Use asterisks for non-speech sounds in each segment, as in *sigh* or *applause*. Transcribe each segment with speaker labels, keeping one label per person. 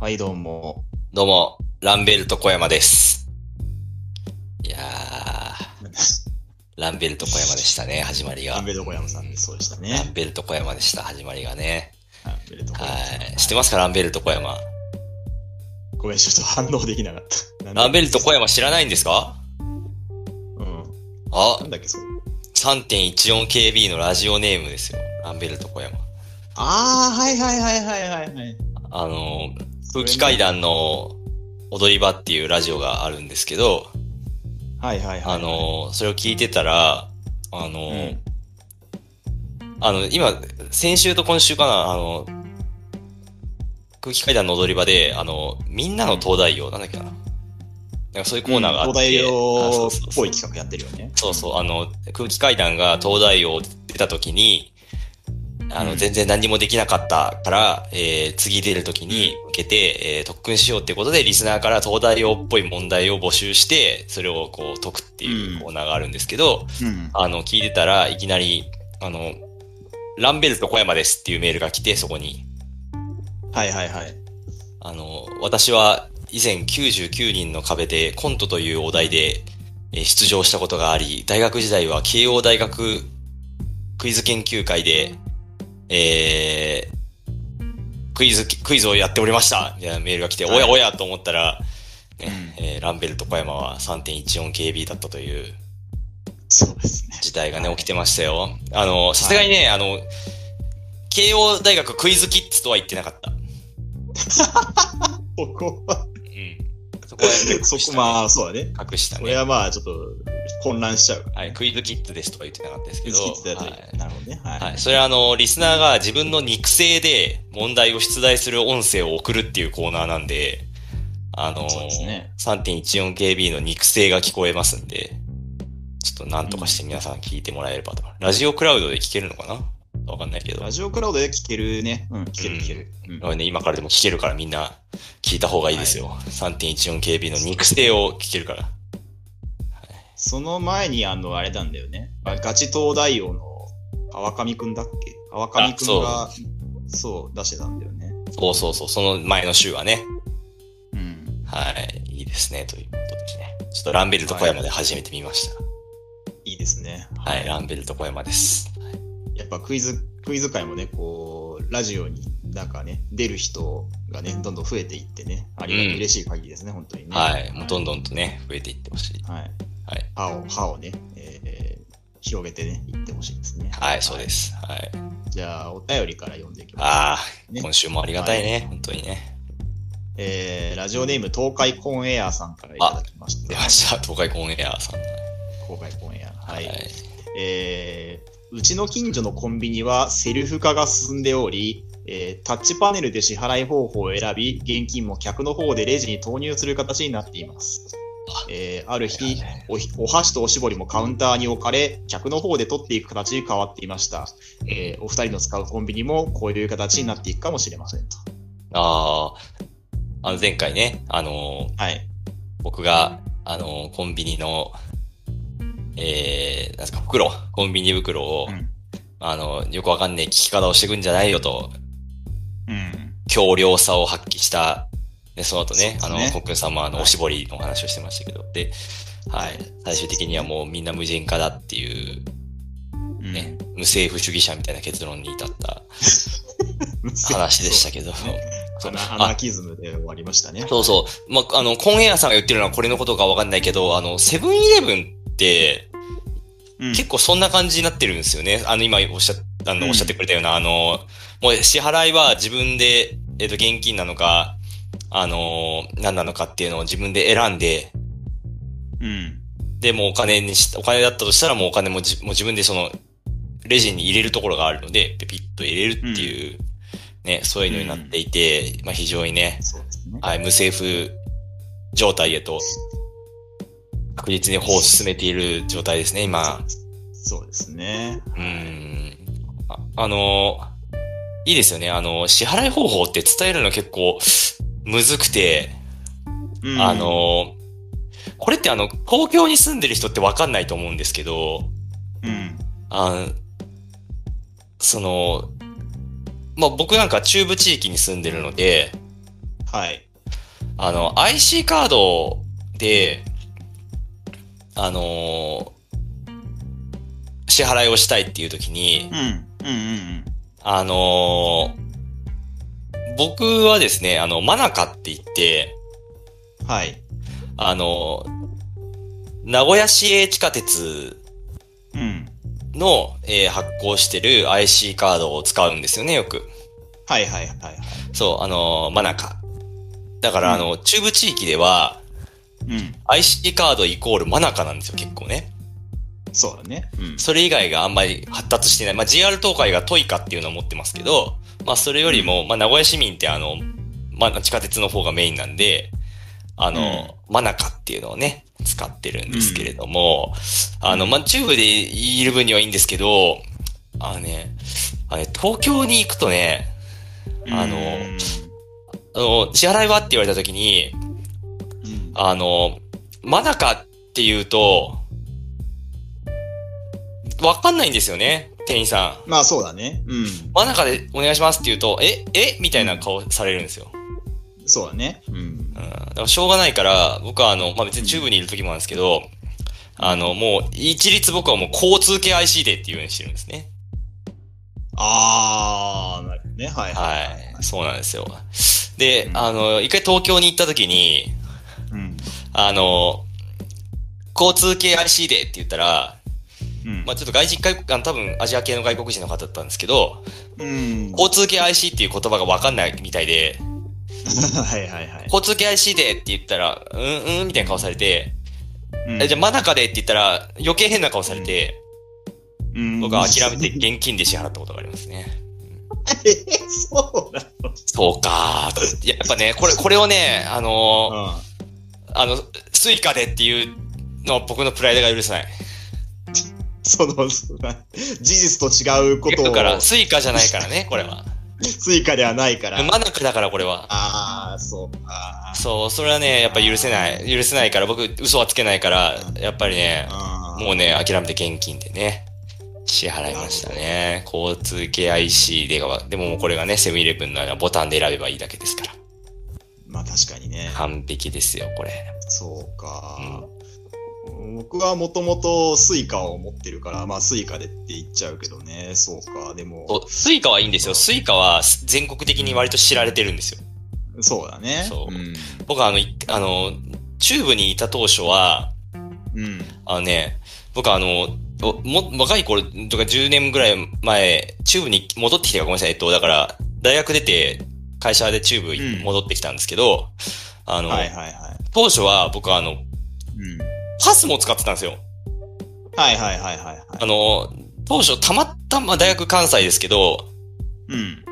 Speaker 1: はい、どう
Speaker 2: *laughs*
Speaker 1: も。
Speaker 2: どうも、ランベルト小山です。いやー、ランベルト小山でしたね、始まりが。
Speaker 1: ランベルト小山さんです。そうでした
Speaker 2: ラン
Speaker 1: ね。
Speaker 2: ベルト小山でした、始まりがね。
Speaker 1: ランベルト小山さん
Speaker 2: はい。知ってますか、ランベルト小山。
Speaker 1: ごめん、ちょっと反応できなか
Speaker 2: *laughs*
Speaker 1: った。
Speaker 2: ランベルト小山知らないんですか
Speaker 1: うん。
Speaker 2: あ
Speaker 1: な、んだっけ、そう。
Speaker 2: 3.14KB のラジオネームですよ。ランベルト小山。
Speaker 1: あー、はいはいはいはいはいはい。
Speaker 2: あのー、空気階段の踊り場っていうラジオがあるんですけど、
Speaker 1: はいはいはい。
Speaker 2: あのー、それを聞いてたら、あのー、
Speaker 1: うん、
Speaker 2: あの、今、先週と今週かな、あの、空気階段の踊り場で、あの、みんなの東大王、なんだっけな。なんかそういうコーナーがあって。
Speaker 1: 東大
Speaker 2: あそ
Speaker 1: 王
Speaker 2: う
Speaker 1: っ
Speaker 2: そうそ
Speaker 1: ぽ
Speaker 2: う
Speaker 1: い企画やってるよね。
Speaker 2: そうそう、あの、空気階段が東大王出た時に、あの、
Speaker 1: うん
Speaker 2: 全然何もできなかったから、えー、次出る時に向けて、えー、特訓しようってことで、リスナーから東大王っぽい問題を募集して、それをこう解くっていうコーナーがあるんですけど、
Speaker 1: うん。
Speaker 2: あの、聞いてたらいきなり、あの、ランベルト小山ですっていうメールが来て、そこに、
Speaker 1: はいはいはい。
Speaker 2: あの、私は以前99人の壁でコントというお題でえー出場したことがあり、大学時代は慶応大学クイズ研究会で、えー、クイズ、クイズをやっておりましたみたいなメールが来て、
Speaker 1: はい
Speaker 2: おやおやと思ったら、ねえーランベルト小山は 3.14KB だったという
Speaker 1: そうですね。
Speaker 2: 時代がね、起きてましたよ。あの、さすがにね、あの、慶応大学クイズキッズとは言ってなかった。うん。
Speaker 1: ここ
Speaker 2: *laughs*
Speaker 1: は、
Speaker 2: そこはやっぱり
Speaker 1: *laughs*
Speaker 2: 隠
Speaker 1: そ
Speaker 2: し
Speaker 1: こ、
Speaker 2: たね。
Speaker 1: まあ、そうだね。
Speaker 2: 隠した
Speaker 1: これ
Speaker 2: ね。
Speaker 1: はまあ、ちょっと混乱しちゃう。
Speaker 2: はい、クイズキッズですとは言ってなかったですけ
Speaker 1: 気
Speaker 2: ど。
Speaker 1: づきつだといい
Speaker 2: はい
Speaker 1: なるほどね。はい。
Speaker 2: はい。それはあの、リスナーが自分の肉声で問題を出題する音声を送るっていうコーナーなんで、あの
Speaker 1: そうですね
Speaker 2: 3.14KB の肉声が聞こえますんで、ちょっとなんとかして皆さん聞いてもらえればと。ラジオクラウドで聞けるのかなわかんないけど。
Speaker 1: ラジオクラウドで聞けるね。うん、聞ける聞ける。うん
Speaker 2: まあね、今からでも聞けるからみんな聞いた方がいいですよ。3.14KB の肉声を聞けるから。
Speaker 1: その前に、あの、あれなんだよね。あガチ東大王の川上くんだっけ川上くんが、そう、出してたんだよね。
Speaker 2: そうそうそう、その前の週はね。
Speaker 1: うん。
Speaker 2: はい、いいですね、ということでね。ちょっとランベルト小山で初めて見ました。
Speaker 1: いいですね。
Speaker 2: はい、ランベルト小山です。
Speaker 1: やっぱクイズ、クイズ界もね、こう、ラジオになんかね、出る人がね、どんどん増えていってね、ありがた
Speaker 2: う
Speaker 1: い、
Speaker 2: ん
Speaker 1: 嬉しい限りですね、本当にね。
Speaker 2: はい、もうどんどんとね、増えていってほしい。
Speaker 1: はい。
Speaker 2: はい、
Speaker 1: 歯を、歯をね、えー広げてね、いってほしいですね。
Speaker 2: はい、そうで。す。はい。
Speaker 1: じゃあ、お便りから読んでいきます。
Speaker 2: ああ、
Speaker 1: ね
Speaker 2: 今週もありがたいね、本当にね。
Speaker 1: えーラジオネーム、東海コンエアさんからいただきました。
Speaker 2: 出ました、東海コンエアさん。
Speaker 1: 東海コンエア。はい。
Speaker 2: はい
Speaker 1: えーうちの近所のコンビニはセルフ化が進んでおり、えータッチパネルで支払い方法を選び、現金も客の方でレジに投入する形になっています。えーある日おひ、お箸とおしぼりもカウンターに置かれ、客の方で取っていく形に変わっていました。えーお二人の使うコンビニもこういう形になっていくかもしれませんと。
Speaker 2: ああ、あの前回ね、あのー
Speaker 1: はい。
Speaker 2: 僕が、あの、コンビニの、えー、なんですか、袋、コンビニ袋を、
Speaker 1: うん
Speaker 2: あの、よくわかんねえ聞き方をしてくんじゃないよと、
Speaker 1: うん。
Speaker 2: 強量さを発揮した、で、その後ね、
Speaker 1: そ
Speaker 2: あ
Speaker 1: う
Speaker 2: の
Speaker 1: ですね、
Speaker 2: コックンさんもあの、おしぼりのお話をしてましたけど、で、はい、最終的にはもうみんな無人化だっていう、
Speaker 1: うん
Speaker 2: ね、無政府主義者みたいな結論に至った話でしたけど、
Speaker 1: *laughs* そう。アナアナ
Speaker 2: あ
Speaker 1: キズムで終わりましたね。
Speaker 2: そうそう。まあ、あの、コンエアさんが言ってるのはこれのことかわかんないけど、あの、セブンイレブンって、
Speaker 1: うん
Speaker 2: 結構そんな感じになってるんですよね。あの、今おっしゃっあ
Speaker 1: う
Speaker 2: の
Speaker 1: ん
Speaker 2: おっしゃってくれたような、あの、もう支払いは自分で、えっ、と、現金なのか、あの、何なのかっていうのを自分で選んで、
Speaker 1: うん。
Speaker 2: で、もうお金にし、お金だったとしたらもうお金もじもう自分でその、レジに入れるところがあるので、ピピッと入れるっていう、ね、そういうのになっていて、まあ非常にね、
Speaker 1: そうですね。
Speaker 2: はい、無政府状態へと、確実に歩を進めている状態ですね、今。
Speaker 1: そうですね。
Speaker 2: うーんああのー、いいですよね。あのー、支払い方法って伝えるの結構、むずくて、
Speaker 1: うん
Speaker 2: あ、のー、これってあの、東京に住んでる人ってわかんないと思うんですけど、
Speaker 1: うん。
Speaker 2: あのその、まあ、僕なんか中部地域に住んでるので、
Speaker 1: はい。
Speaker 2: あの、IC カードで、あのー支払いをしたいっていう時に
Speaker 1: う、ん。うん
Speaker 2: あのー僕はですね、あの、マナカって言って、
Speaker 1: うん。はい。
Speaker 2: あのー名古屋市営地下鉄
Speaker 1: うん。
Speaker 2: の、えー発行してる IC カードを使うんですよね、よく。
Speaker 1: はいはいはいはい。
Speaker 2: そう、あのーマナカ。だから、
Speaker 1: うん
Speaker 2: あの、中部地域では、
Speaker 1: うん。
Speaker 2: IC カードイコールマナカなんですよ、結構ね。
Speaker 1: そうだね。うん。
Speaker 2: それ以外があんまり発達してない。まあ、JR 東海がトイカっていうのを持ってますけど、まあ、それよりも、まあ、名古屋市民ってあの、まあ、地下鉄の方がメインなんで、あの、マナカっていうのをね、使ってるんですけれども、あの、まあ、中部でいる分にはいいんですけど、あのね、あれ、東京に行くとね、あの
Speaker 1: うん
Speaker 2: あの、支払いはって言われた時に、
Speaker 1: うん
Speaker 2: あの、マナカっていうと、わかんないんですよね、店員さん。
Speaker 1: まあそうだね。うん。
Speaker 2: 真ん中でお願いしますって言うと、え、えみたいな顔されるんですよ。
Speaker 1: そうだね。うん
Speaker 2: うん。。だからしょうがないから、僕はあの、まあ、別に中部にいる時もなんですけど、あの、もう、一律僕はもう交通系 IC でっていうようにしてるんですね。
Speaker 1: あー、なるほどね。はいはい。
Speaker 2: はい。そうなんですよ。で
Speaker 1: う、ん
Speaker 2: あの、一回東京に行った時に、
Speaker 1: うん。
Speaker 2: あの、交通系 IC でって言ったら、
Speaker 1: うん
Speaker 2: まあ、ちょっと外人、外国、あの、多分アジア系の外国人の方だったんですけど、
Speaker 1: うん。
Speaker 2: 交通系 IC っていう言葉がわかんないみたいで、
Speaker 1: *laughs* はいはいはい。
Speaker 2: 交通系 IC でって言ったら、うんうんみたいな顔されて、
Speaker 1: うん
Speaker 2: えじゃあ、真中でって言ったら、余計変な顔されて、
Speaker 1: うん
Speaker 2: 僕は諦めて。現金で支払ったことがありますね。
Speaker 1: *laughs* えそうだ。
Speaker 2: そうかーと思って。いややっぱね、これ、これをね、あの
Speaker 1: うん。
Speaker 2: ーあの、スイカでっていうのは僕のプライドが許さない。
Speaker 1: その、そうだ事実と違うこと
Speaker 2: だ
Speaker 1: を
Speaker 2: から、スイカじゃないからね、これは。
Speaker 1: 追加では *laughs* ないから。
Speaker 2: 真中だから、これは。
Speaker 1: あー、そうか。
Speaker 2: そう、それはね、やっぱ許せない。許せないから、僕、嘘はつけないから、やっぱりね、
Speaker 1: あー
Speaker 2: もうね、諦めて現金でね、支払いましたね。交通系 IC でが、でももうこれがね、セブンイレブンのあのボタンで選べばいいだけですから。
Speaker 1: まあ確かにね。
Speaker 2: 完璧ですよ、これ。
Speaker 1: そうか。僕はもともとスイカを持ってるから、まあスイカでって言っちゃうけどね。そうか。でも、
Speaker 2: そうスイカはいいんですよ。スイカはす全国的に割と知られてるんですよ。
Speaker 1: そうだね。。
Speaker 2: そうん僕はあの、いあの、中部にいた当初は、
Speaker 1: うん。
Speaker 2: あのね、僕はあの、おも若い頃とか10年ぐらい前、中部に戻ってきてからごめんなさい。えっと、だから、大学出て、会社で中部に戻ってきたんですけど、あの、
Speaker 1: はいはいはい。
Speaker 2: 当初は僕はあの、
Speaker 1: うん。
Speaker 2: パスも使ってたんですよ。
Speaker 1: はいはいはいはいはい。
Speaker 2: あの、当初たまたま大学関西ですけど、
Speaker 1: うん。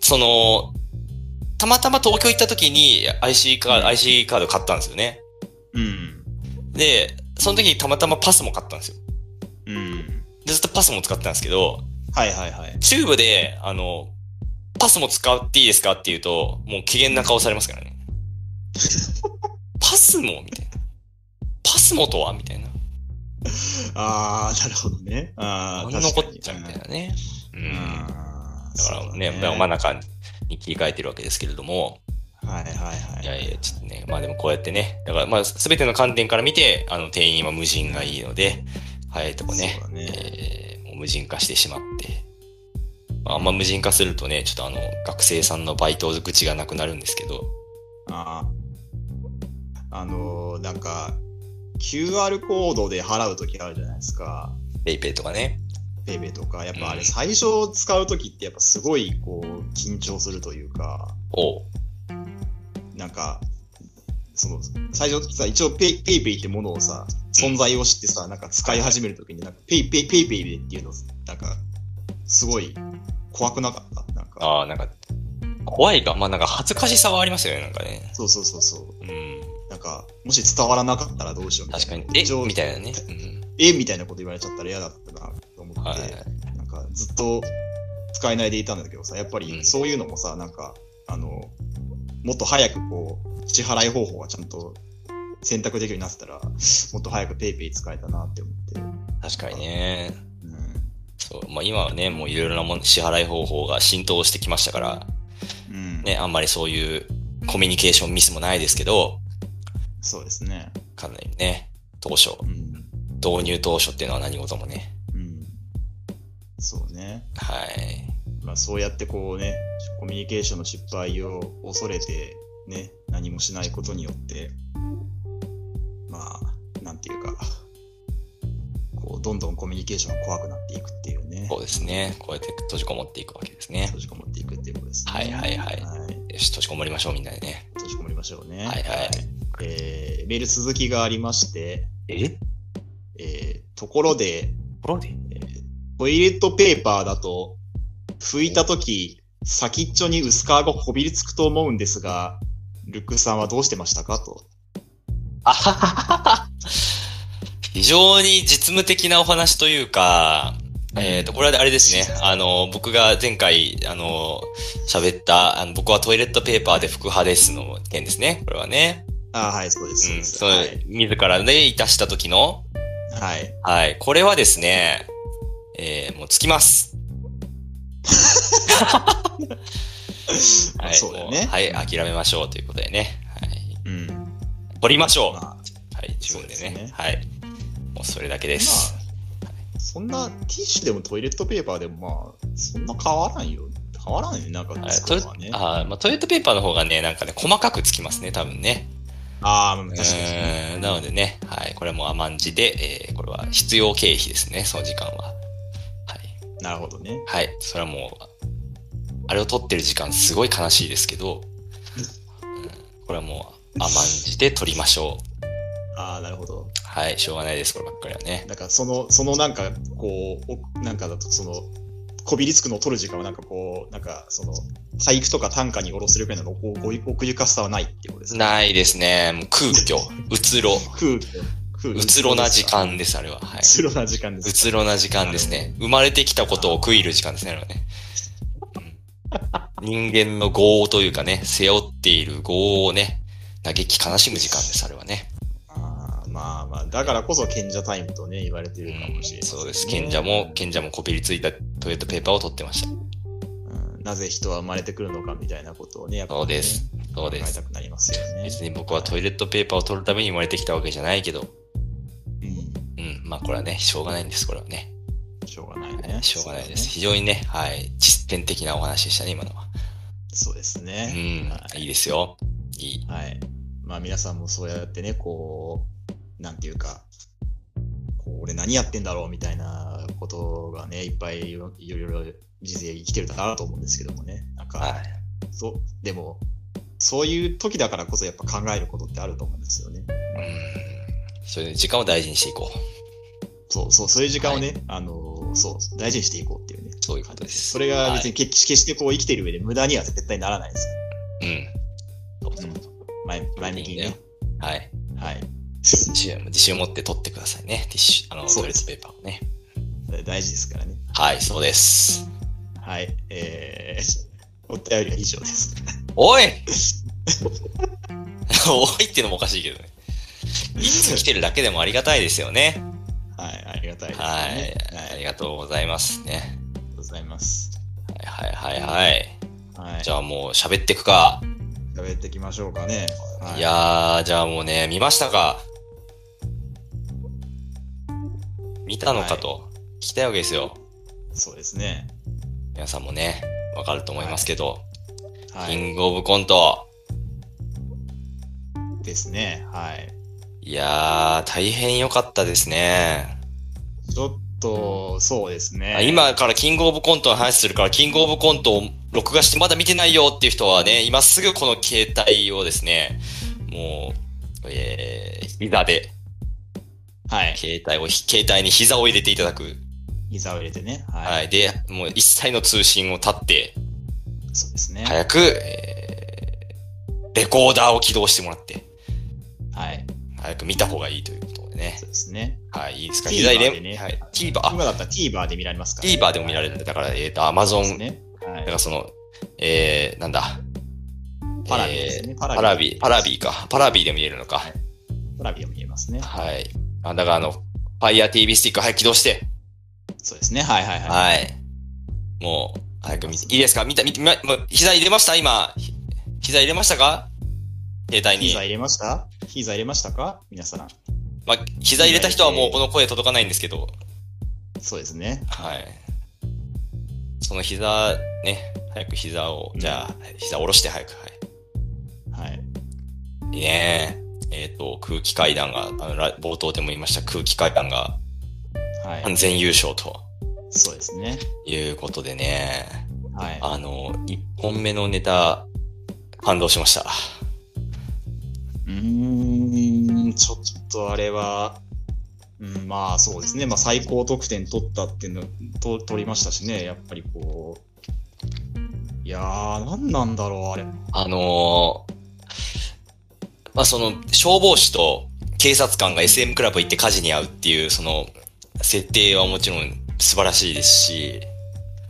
Speaker 2: その、たまたま東京行った時に IC カー
Speaker 1: う
Speaker 2: ド、
Speaker 1: ん
Speaker 2: IC カード買ったんですよね。
Speaker 1: うん。
Speaker 2: で、その時にたまたまパスも買ったんですよ。
Speaker 1: うん。
Speaker 2: で、ずっとパスも使ってたんですけど、
Speaker 1: はいはいはい。
Speaker 2: チューブで、あの、パスも使っていいですかって言うと、もう機嫌な顔されますから
Speaker 1: *laughs*
Speaker 2: ね。パスもみたいな。パスもとはみたいな。
Speaker 1: ああ、なるほどね。ああ、
Speaker 2: 何の
Speaker 1: 確
Speaker 2: こ
Speaker 1: か
Speaker 2: っ
Speaker 1: に。
Speaker 2: ちゃみたいなね。うん。だ
Speaker 1: あー
Speaker 2: からね、
Speaker 1: そうだ
Speaker 2: 真ん中に切り替えてるわけですけれども、
Speaker 1: はいはいはい。
Speaker 2: いやいや、ちょっとね、まあでもこうやってね、だからまあすべての観点から見て、あの店員は無人がいいので、早いとこね
Speaker 1: そうだ、ね
Speaker 2: えーもう無人化してしまって、まあ、あんま無人化するとね、ちょっとあの学生さんのバイト口がなくなるんですけど、
Speaker 1: あああのーなんか QR コードで払う時あるじゃないですか。
Speaker 2: ペイペイとかね。
Speaker 1: ペイペイとか、やっぱあ
Speaker 2: う
Speaker 1: れ
Speaker 2: ん
Speaker 1: 最初使う時ってやっぱすごいこう緊張するというか、
Speaker 2: おう
Speaker 1: なんか、その最初さ、一応ペイペイペイってものをさ、存在を知ってさ、なんか使い始める時になんかペイペイペイペイでっていうの、なんかすごい怖くなかった。なんか、
Speaker 2: ああ、なんか、怖いが、まあなんか恥ずかしさはありますよね、なんかね。
Speaker 1: そうそうそうそう。
Speaker 2: うん。
Speaker 1: なんか、もし伝わらなかったらどうしようみたい
Speaker 2: 確
Speaker 1: な。
Speaker 2: かに。え
Speaker 1: 一応
Speaker 2: みたいなね。うん
Speaker 1: えみたいなこと言われちゃったら嫌だったなと思って、
Speaker 2: はい。
Speaker 1: なんかずっと使えないでいたんだけどさ、やっぱ
Speaker 2: う
Speaker 1: り
Speaker 2: ん
Speaker 1: そういうのもさ、なんか、あの、もっと早くこう、支払い方法がちゃんと選択できるようになってたら、もっと早く PayPay ペイペイ使えたなって思って。
Speaker 2: 確かにね。
Speaker 1: う
Speaker 2: そう。まあ今はね、もういろいろなもん支払い方法が浸透してきましたから、
Speaker 1: ん。うん。
Speaker 2: ね、あんまりそういうコミュニケーションミスもないですけど、
Speaker 1: そうですね。
Speaker 2: かなりね、当初、
Speaker 1: うん。
Speaker 2: 導入当初っていうのは何事もね。
Speaker 1: うん。そうね。
Speaker 2: はい。
Speaker 1: まあ、そうやってこうね、コミュニケーションの失敗を恐れて、ね、何もしないことによって、まあ、なんていうか、こう、どんどんコミュニケーションが怖くなっていくっていうね、
Speaker 2: そうですね。こうやって閉じこもっていくわけですね。
Speaker 1: 閉じこもっていくっていうことですね。
Speaker 2: はいはいはい
Speaker 1: はい
Speaker 2: よし、閉じこもりましょう、みんなでね。
Speaker 1: 閉じこもりましょうね。
Speaker 2: はいはい。
Speaker 1: えーメール続きがありまして、
Speaker 2: えと
Speaker 1: えーところで、
Speaker 2: ころで
Speaker 1: えートイレットペーパーだと、拭いたとき、先っちょに薄皮がこびりつくと思うんですが、ルックさんはどうしてましたかと。
Speaker 2: あはははは非常に実務的なお話というか、えっ、と、これはあれですね。あの、僕が前回、あの、喋った、あの僕はトイレットペーパーで副派ですの件ですね。これはね。
Speaker 1: あーはい、そうです。
Speaker 2: うん、
Speaker 1: そ
Speaker 2: そうう
Speaker 1: です、
Speaker 2: 自らでいたした時の、
Speaker 1: はい。はい。
Speaker 2: はい、これはですね、えー、もうつきます。
Speaker 1: ま
Speaker 2: は
Speaker 1: あ
Speaker 2: い、
Speaker 1: そうだよ
Speaker 2: も
Speaker 1: ね。
Speaker 2: はい、諦めましょうということでね。はい、
Speaker 1: うん。ま
Speaker 2: 取りましょう。
Speaker 1: あ、まあ、
Speaker 2: はい、自分で
Speaker 1: そう
Speaker 2: ね。
Speaker 1: ですね
Speaker 2: はい。もうそれだけです。
Speaker 1: そんなティッシュでもトイレットペーパーでもまあ、そんな変わらんよ。変わらんよね、なんか
Speaker 2: はい
Speaker 1: つ
Speaker 2: ト
Speaker 1: く
Speaker 2: イレ
Speaker 1: のはね。あ
Speaker 2: あーまあ、トイレットペーパーの方がね、なんかね、細かくつきますね、多分ね。
Speaker 1: あー、まあ
Speaker 2: う
Speaker 1: 確かに。
Speaker 2: ーん、なのでね、はい、これはもう甘んじで、えー、これは必要経費ですね、その時間は。はい。
Speaker 1: なるほどね。
Speaker 2: はい、それはもう、あれを取ってる時間、すごい悲しいですけど、うんこれはもう甘んじで取りましょう。
Speaker 1: ああ、なるほど。
Speaker 2: はい、しょうがないです、こればっかりはね。
Speaker 1: なんかその、そのなんか、こう、おなんかだとその、こびりつくのを取る時間はなんかこう、なんかその、俳句とか短歌に下ろせるくらいのこうご奥ゆかしさはないっていうことですね。
Speaker 2: ないですね、もう空虚、うつろ、
Speaker 1: 空気、空。
Speaker 2: うつろな時。間です、あれは。はいう
Speaker 1: つろな時間で
Speaker 2: う
Speaker 1: す。
Speaker 2: つろな時間ですね。生まれてきたことを食いる時間ですね、あれはね。人間の業というかね、背負っている業をね、嘆き悲しむ時間です、あれはね。
Speaker 1: あーまあまあ、だからこそ賢者タイムとね、言われて
Speaker 2: う
Speaker 1: るかも
Speaker 2: ん
Speaker 1: しれない、
Speaker 2: そうです。賢者も、賢者もこびりついたトイレットペーパーを取ってました。
Speaker 1: うんなぜ人は生まれてくるのかみたいなことをね、やっぱ、ね、
Speaker 2: そうです。そう
Speaker 1: 考え
Speaker 2: です。
Speaker 1: たくなりますよね。
Speaker 2: 別に僕はトイレットペーパーを取るために生まれてきたわけじゃないけど、うん、まあこれはね、しょうがないんです、これはね。
Speaker 1: うん、しょうがないね。
Speaker 2: しょうがないです。非常にね、はい、実践的なお話でしたね、今のは。
Speaker 1: そうです
Speaker 2: う
Speaker 1: ね。はい
Speaker 2: ん、いいですよ。いい。
Speaker 1: はい。まあ皆さんもそうやってね、こう、なんていうか、こう俺何やってんだろうみたいなことがね、いっぱいいろいろ人生生きてるかなと思うんですけどもね。なんか、
Speaker 2: はい。
Speaker 1: そう、でも、そういう時だからこそやっぱ考えることってあると思うんですよね。
Speaker 2: うんそういう時間を大事にしていこう。
Speaker 1: そうそう、そういう時間をね、あの、そう、大事にしていこうっていうね。
Speaker 2: そういうことです。
Speaker 1: それが別に決決してこう生きてる上で無駄には絶対ならないです
Speaker 2: はい。うん。そうそうそう
Speaker 1: 前前向きに
Speaker 2: いいん
Speaker 1: ね
Speaker 2: だ。はい。
Speaker 1: はい。 *laughs*
Speaker 2: 自信自信を持って取ってくださいね。ティッシュ、あの、
Speaker 1: そ
Speaker 2: ト
Speaker 1: う
Speaker 2: イレ
Speaker 1: で
Speaker 2: ッ
Speaker 1: す
Speaker 2: トペーパーをね。
Speaker 1: 大事ですからね。
Speaker 2: はい、そうです。
Speaker 1: はい。えー、お便りは以上です。
Speaker 2: おい *laughs* おいってのもおかしいけどね。いつ来てるだけでもありがたいですよね。
Speaker 1: はい。ありがたいです、ね。
Speaker 2: はい。
Speaker 1: はい。あ
Speaker 2: あり
Speaker 1: りが
Speaker 2: がとうございますね。
Speaker 1: とうございます。
Speaker 2: はいはいはいはい。
Speaker 1: はい。
Speaker 2: じ
Speaker 1: じゃ
Speaker 2: ゃあもう喋ってくか。、
Speaker 1: あ、喋っていきましょうかね。はい
Speaker 2: やー、じゃあもうね、見ましたか見たのかと聞きたいわけですよ。
Speaker 1: そうですね。
Speaker 2: 皆さんもね、わかると思いますけど、
Speaker 1: は
Speaker 2: キ
Speaker 1: い。
Speaker 2: ングオブコント。
Speaker 1: ですね。はい。
Speaker 2: いやー、大変良かったですね。
Speaker 1: ちょっと、そうですね
Speaker 2: あ。今からキングオブコントの話するから、キングオブコントを録画してまだ見てないよっていう人はね、今すぐこの携帯をですね、もう、えー、膝で、
Speaker 1: はい。
Speaker 2: 携帯を、携帯に膝を入れていただく。
Speaker 1: 膝を入れてね。はい。
Speaker 2: はい。で、もう一切の通信を立って、
Speaker 1: そうですね。
Speaker 2: 早く、えー、レコーダーを起動してもらって、
Speaker 1: はい。
Speaker 2: 早く見た方がいいということでね。
Speaker 1: そうですね。
Speaker 2: はい、いいですか
Speaker 1: TVer
Speaker 2: 左で、
Speaker 1: でね
Speaker 2: はい、TVer、あ
Speaker 1: 今だったら TVer で見られますから、
Speaker 2: TVer でも見られるんだから、えっ、と、Amazon、
Speaker 1: ですね。は
Speaker 2: だ
Speaker 1: い
Speaker 2: からその、えー、なんだ。
Speaker 1: パラビですね
Speaker 2: えー
Speaker 1: パラビ
Speaker 2: パラビ、パラビか。パラビで見れるのか。
Speaker 1: パラビでも見えますね。
Speaker 2: はい。あだからあの、Fire TV スティック、はい、起動して。
Speaker 1: そうですね。はいはいはい。
Speaker 2: はい。もう、早く見て、いいですか見た、見て、まもう膝入れました今。ひ膝入れましたか携帯に
Speaker 1: 膝。入れました膝入れましたか皆さん。
Speaker 2: まあ、膝入れた人はもうこの声届かないんですけど、
Speaker 1: そうですね。
Speaker 2: はい。その膝、ね、早く膝を、じゃあ、膝下ろして早く、はい。
Speaker 1: はい。
Speaker 2: いいねえっ、と、空気階段が、あの、ラ冒頭でも言いました空気階段が
Speaker 1: は
Speaker 2: 完
Speaker 1: い。
Speaker 2: 全優勝と
Speaker 1: そうですね。
Speaker 2: いうことでね、
Speaker 1: はい。
Speaker 2: あの、1本目のネタ、感動しました。
Speaker 1: うーん、ちょっとあれは、うん、まあそうですね、まあ、最高得点取ったっていうのと取りましたしね、やっぱりこう、いやー、なんなんだろう、あれ。
Speaker 2: あのーまあ、その、消防士と警察官が SM クラブ行って火事に遭うっていう、その、設定はもちろん素晴らしいですし、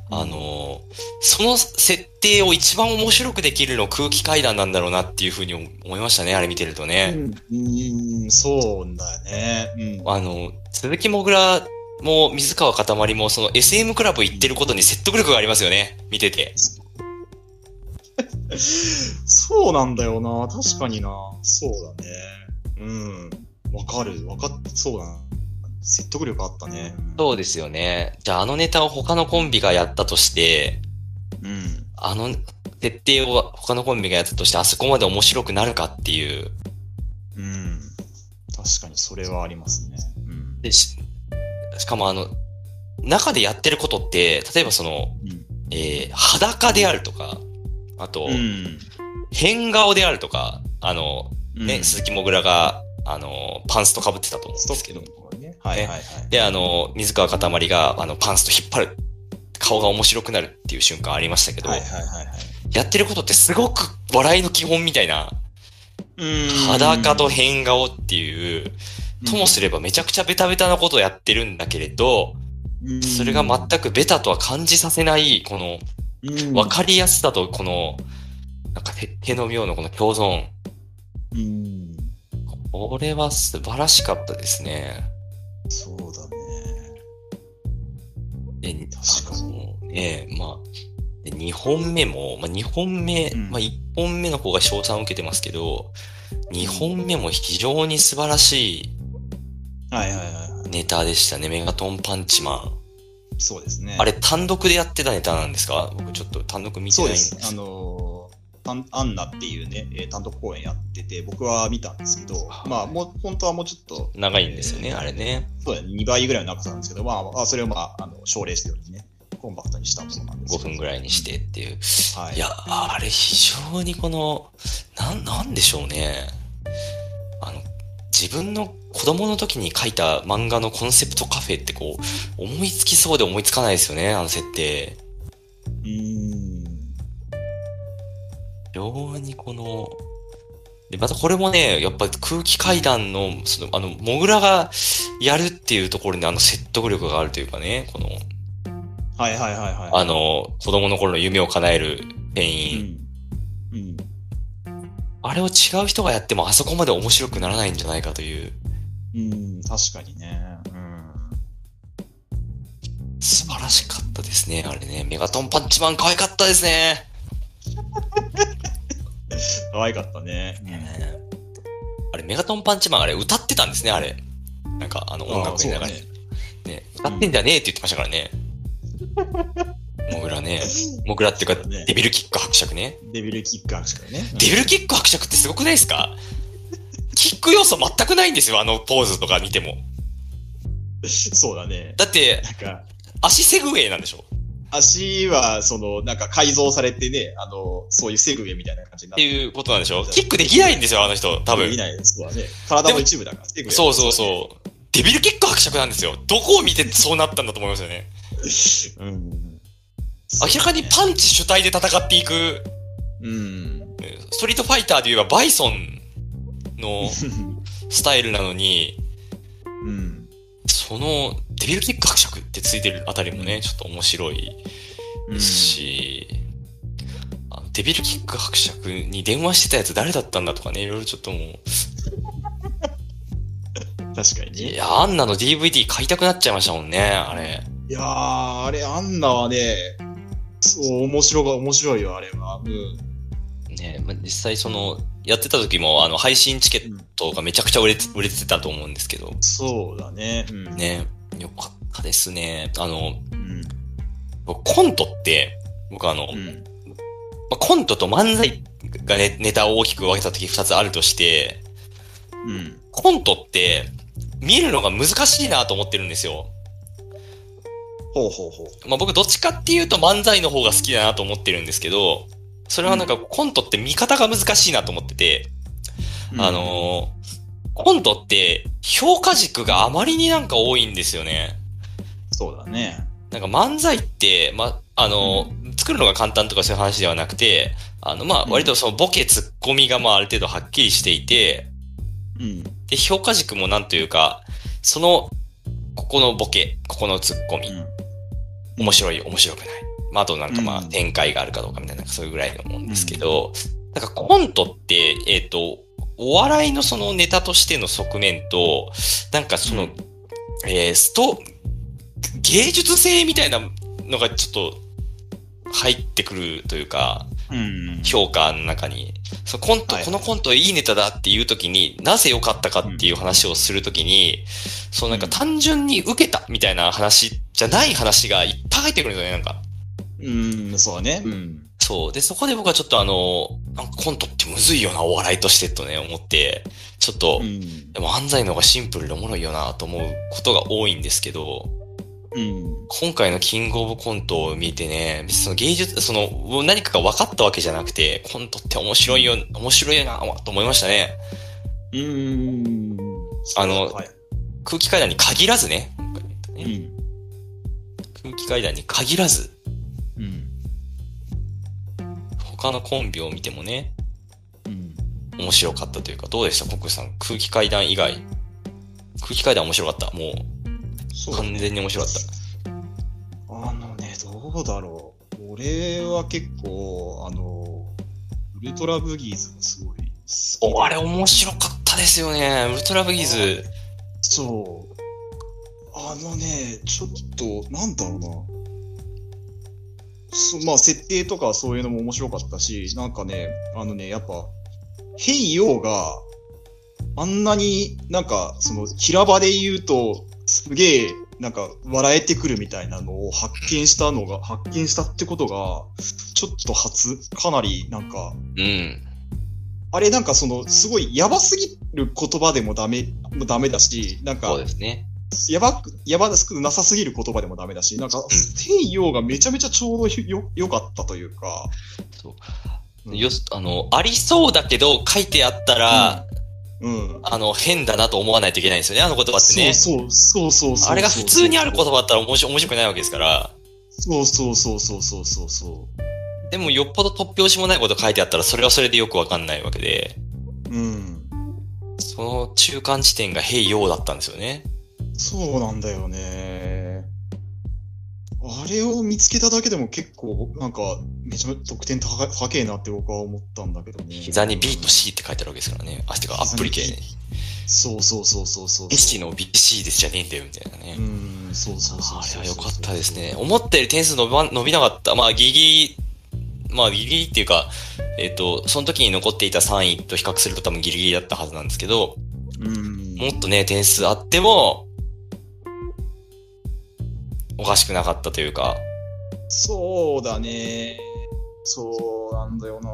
Speaker 2: あのーその設定を一番面白くできるの空気階段なんだろうなっていうふうに思いましたね、あれ見てるとね。
Speaker 1: うん、うん、そうだね。うん、
Speaker 2: あの、鈴木もぐらも水川かたまりも、その SM クラブ行ってることに説得力がありますよね。見てて。
Speaker 1: そうなんだよな、確かにな、そうだね。うん、わかる、わかっそうだな。説得力あったね。
Speaker 2: そうですよね。じゃあ、あのネタを他のコンビがやったとして、
Speaker 1: うん、
Speaker 2: あの設定を他のコンビがやったとして、あそこまで面白くなるかっていう。
Speaker 1: うん。確かにそれはありますね。うん。
Speaker 2: でししかも、あの、中でやってることって、例えばその、えー裸であるとか、あと
Speaker 1: う、ん。
Speaker 2: 変顔であるとか、あの、
Speaker 1: うん。
Speaker 2: ね、鈴木もぐらが、あの、パンスト被ってたと思うん
Speaker 1: スト
Speaker 2: です
Speaker 1: ッ
Speaker 2: け
Speaker 1: ク
Speaker 2: ど
Speaker 1: の、ところね。はいはいはい。
Speaker 2: で、あの、水川かたまりが、あの、パンスと引っ張る、顔が面白くなるっていう瞬間ありましたけど、
Speaker 1: はいはいはいはい。
Speaker 2: やってることってすごく笑いの基本みたいな、
Speaker 1: うん
Speaker 2: 裸と変顔っていう、ともすればめちゃくちゃベタベタなことをやってるんだけれど、それが全くベタとは感じさせない、この、
Speaker 1: 全
Speaker 2: わかりやすさと、この、なんか、設定の妙のこの共存。
Speaker 1: る。うん。
Speaker 2: これは素晴らしかったですね。
Speaker 1: そうだね。
Speaker 2: で、
Speaker 1: 確かに
Speaker 2: あのねえ、まあ、で2本目も、まあ、2本目、
Speaker 1: うん
Speaker 2: まあ、1本目の方が賞賛を受けてますけど、2本目も非常に素晴らしい
Speaker 1: はいはいは
Speaker 2: ネタでしたね。メガトンパンチマン。
Speaker 1: い。そうですね。
Speaker 2: あれ、単独でやってたネタなんですか僕ちょっと単独見て
Speaker 1: そう
Speaker 2: ないん
Speaker 1: で
Speaker 2: です
Speaker 1: す。あのー、タンアンナっていうね、えー単独公演やってて、僕は見たんですけど、
Speaker 2: はい
Speaker 1: まあ、もう、本当はもうちょっと、
Speaker 2: 長いんですよね、あれね。
Speaker 1: そうだね、2倍ぐらいの長さなんですけど、まあ、あそれをまあ、あの奨励してよりね、コンパクトにしたものなんですけ
Speaker 2: 5
Speaker 1: ど
Speaker 2: 分ぐらいにしてっていう。
Speaker 1: はい
Speaker 2: や、あれ非常にこの、なん、なんでしょうね。あの、自分の子供の時に書いた漫画のコンセプトカフェってこう、思いつきそうで思いつかないですよね、あの設定。
Speaker 1: うん。
Speaker 2: 非常にこの、で、またこれもね、やっぱ空気階段の、その、あの、モグラがやるっていうところにあの説得力があるというかね、この、
Speaker 1: はいはいはいはい。
Speaker 2: あの、子供の頃の夢を叶える
Speaker 1: う
Speaker 2: 店員。
Speaker 1: ん。うん。
Speaker 2: あれを違う人がやってもあそこまで面白くならないんじゃないかという。
Speaker 1: うん、確かにね。うん。
Speaker 2: 素晴らしかったですね、あれね。メガトンパンチマン可愛かったですね。
Speaker 1: 可愛かったね。
Speaker 2: あれ、メガトンパンチマンあれ歌ってたんですね、あれ。なんか、あの、音楽に流れて。ね歌ってんじゃねえって言ってましたから *laughs* ね。モグラね。モグラっていう
Speaker 1: そ
Speaker 2: か、
Speaker 1: うだね
Speaker 2: デビルキック伯爵ね。
Speaker 1: デビルキッカーしかね。
Speaker 2: デビルキック伯爵ってすごくないですかキック要素全くないんですよ、あのポーズとか見ても。
Speaker 1: そうだね。
Speaker 2: だって、
Speaker 1: なんか、
Speaker 2: 足セグウェイなんでしょ
Speaker 1: 足は、その、なんか改造されてね、あの、そういうセグウェイみたいな感じにな
Speaker 2: っ
Speaker 1: ってて
Speaker 2: いうことなんでしょキックできないんですよ、あの人、多分
Speaker 1: 見。ないですわね。体の一部だから、セグウェイ。
Speaker 2: そうそうそう。デビルキック伯爵なんですよ。どこを見てそうなったんだと思いますよね。
Speaker 1: *laughs* う。うん。
Speaker 2: 明らかにパンチ主体で戦っていく、
Speaker 1: うん。
Speaker 2: ストリートファイターで言えばバイソンのスタイルなのに、
Speaker 1: うん。
Speaker 2: そのデビルキック伯爵ってついてるあたりもね、ちょっと面白いですし、あのデビルキック伯爵に電話してたやつ誰だったんだとかね、いろいろちょっともう、
Speaker 1: 確かにね。
Speaker 2: いや、アンナの DVD 買いたくなっちゃいましたもんね、あれ。
Speaker 1: いやー、あれ、アンナはね、そう、面白が、面白いよ、あれは。うん。
Speaker 2: うんね、まあ実際その、やってた時も、あの、配信チケットがめちゃくちゃ売れて売れてたと思うんですけど、
Speaker 1: そうだね。うん。
Speaker 2: ね、よかったですね。あの、
Speaker 1: うん。
Speaker 2: 僕コントって、僕あの、
Speaker 1: うん。
Speaker 2: まあ、コントと漫才がね、ネタを大きく分けた時二つあるとして、
Speaker 1: うん。
Speaker 2: コントって、見るのが難しいなと思ってるんですよ。
Speaker 1: ほうほうほう。
Speaker 2: まあ、僕どっちかっていうと漫才の方が好きだなと思ってるんですけど、それはなんかコントって見方が難しいなと思ってて、
Speaker 1: うん
Speaker 2: あ、のーコントって評価軸があまりになんか多いんですよね。
Speaker 1: そうだね。
Speaker 2: なんか漫才って、ま、あのー作るのが簡単とかそういう話ではなくて、あの、まあ、
Speaker 1: うん
Speaker 2: 割とそのボケツッコミがまあある程度はっきりしていて、
Speaker 1: うん。
Speaker 2: で、評価軸もなんというか、その、ここのボケ、ここのツッコミ、面白い、面白くない。まあ、あとなんかまあ、
Speaker 1: うん
Speaker 2: 展開があるかどうかみたいな、なんかそういうぐらいのもんですけど、なんかコントって、えっ、と、お笑いのそのネタとしての側面と、なんかその、
Speaker 1: うん
Speaker 2: えースト、芸術性みたいなのがちょっと入ってくるというか、
Speaker 1: うん。うん。
Speaker 2: 評価の中に、そのコント、
Speaker 1: はい
Speaker 2: このコントいいネタだっていうときに、なぜ良かったかっていう話をするときに、そうなんか
Speaker 1: うん
Speaker 2: 単純に受けたみたいな話じゃない話がいっぱい入ってくるんですよね、なんか。
Speaker 1: うん、そうだね。うん。
Speaker 2: そう。で、そこで僕はちょっとあの、なんかコントってむずいよな、お笑いとしてとね、思って、ちょっと、
Speaker 1: うん。
Speaker 2: でも犯罪の方がシンプルでおもろいよな、と思うことが多いんですけど、
Speaker 1: うん。
Speaker 2: 今回のキングオブコントを見てね、別にその芸術、その何かが分かったわけじゃなくて、コントって面白いよ、面白いよな、と思いましたね。
Speaker 1: うん。
Speaker 2: あの
Speaker 1: はい。
Speaker 2: 空気階段に限らずね、今回言った
Speaker 1: う
Speaker 2: ね
Speaker 1: ん。
Speaker 2: 空気階段に限らず、
Speaker 1: うん。
Speaker 2: 他のコンビを見てもね、
Speaker 1: うん。
Speaker 2: 面白かったというか、どうでしたコックさん、空気階段以外。空気階段面白かった。も、
Speaker 1: そううだね
Speaker 2: 完全に面白かった。
Speaker 1: あのね、どうだろう。俺は結構、あの、ウルトラブギーズがすごい好きで
Speaker 2: お、あれ面白かったですよね。ウルトラブギーズ。
Speaker 1: そう。あのね、ちょっと、なんだろうな。そうまあ、設定とかそういうのも面白かったし、なんかね、あのね、やっぱ、ヘイヨーがあんなになんか、その、平場で言うと、すげえ、なんか、笑えてくるみたいなのを発見したのが、発見したってことが、ちょっと初、かなり、なんか、
Speaker 2: うん。
Speaker 1: あれなんかその、すごいやばすぎる言葉でもダメ、もうダメだし、なんか
Speaker 2: そう、ですね。
Speaker 1: やばく、やばくなさすぎる言葉でもダメだし、なんか、西洋がめちゃめちゃちょうどよ、良かったというか、うん
Speaker 2: よあの、ありそうだけど、書いてあったら、
Speaker 1: うん。
Speaker 2: あの、変だなと思わないといけないんですよね、あの言葉ってね。
Speaker 1: そうそうそうそうそうそう。
Speaker 2: あれが普通にある言
Speaker 1: と。
Speaker 2: 葉だったら面白面白くないわけですから。
Speaker 1: そうそうそうそうそうそうそ
Speaker 2: でもよっぽど突拍子もないこと書いてあったらそれはそれでよくわかんないわけで、
Speaker 1: う。うん。
Speaker 2: その中間地点が平洋だったんですよね。
Speaker 1: そうなんだよね。あれを見つけただけでも結構、なんか、めちゃめちゃ得点高い高えなって僕は思ったんだけどね。
Speaker 2: 膝に B と C って書いてあるわけですからね。あ、てかアプリ系ね。
Speaker 1: そうそうそうそうそう。
Speaker 2: 意識の BC ですじゃねえんだよみたいなね。
Speaker 1: うん、そうそうそうそう。
Speaker 2: あれは良かったですね。。思ったより点数伸びま伸びなかった。まあギリギリ、まあギリギリっていうか、えっ、と、その時に残っていた3位と比較すると多分ギリギリだったはずなんですけど、
Speaker 1: うん。
Speaker 2: もっとね、点数あっても、おかしくなかったというか、
Speaker 1: そうだね。そうなんだよな。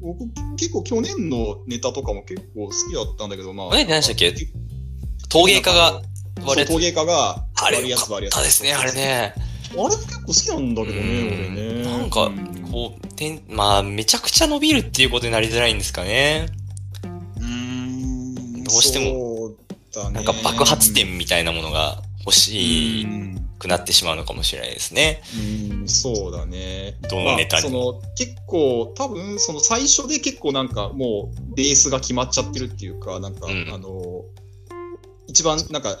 Speaker 1: 僕、結構去年のネタとかも結構好きだったんだけどな。
Speaker 2: え何でしたっけ陶芸家が
Speaker 1: そう
Speaker 2: 割れ
Speaker 1: 陶芸家が
Speaker 2: あれ
Speaker 1: 割るやつ割るやつ。
Speaker 2: そうですね、あれ。ね。
Speaker 1: あれも結構好きなんだけどね、
Speaker 2: うん
Speaker 1: 俺ね。
Speaker 2: なんかこう、てん、まあ、めちゃくちゃ伸びるっていうことになりづらいんですかね。
Speaker 1: う、うん。
Speaker 2: どうして
Speaker 1: も。そうだね。
Speaker 2: なんか爆発点みたいなものが欲
Speaker 1: う
Speaker 2: し
Speaker 1: ん
Speaker 2: くなってしまうのかもしれないですね。
Speaker 1: うん、そうだね。
Speaker 2: どのネタに
Speaker 1: まあ、その結構、多分その最初で結構なんかもうベースが決まっちゃってるっていうか、なんか、
Speaker 2: うん
Speaker 1: あの、一番なんか、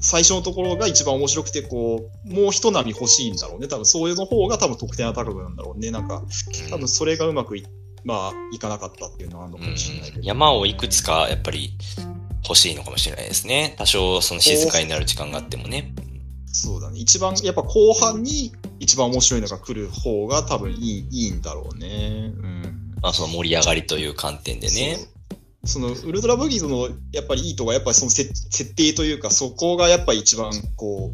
Speaker 1: 最初のところが一番面白くて、こう、もう一波欲しいんだろうね。多分そういうの方が多分得点が高くなるんだろうね。なんか、多分それがうまくい、まあ、いかなかったっていうのはあるの
Speaker 2: う
Speaker 1: かもしれないけど、
Speaker 2: ん、山をいくつかやっぱり欲しいのかもしれないですね。多少その静かになる時間があってもね。
Speaker 1: そうだね。一番、やっぱ後半に一番面白いのが来る方が多分いいいいんだろうね。うん。
Speaker 2: まあ、その盛り上がりという観点でね。
Speaker 1: そう。そのウルトラブギーズのやっぱりいいとこはやっぱりその設設定というかそこがやっぱ一番こ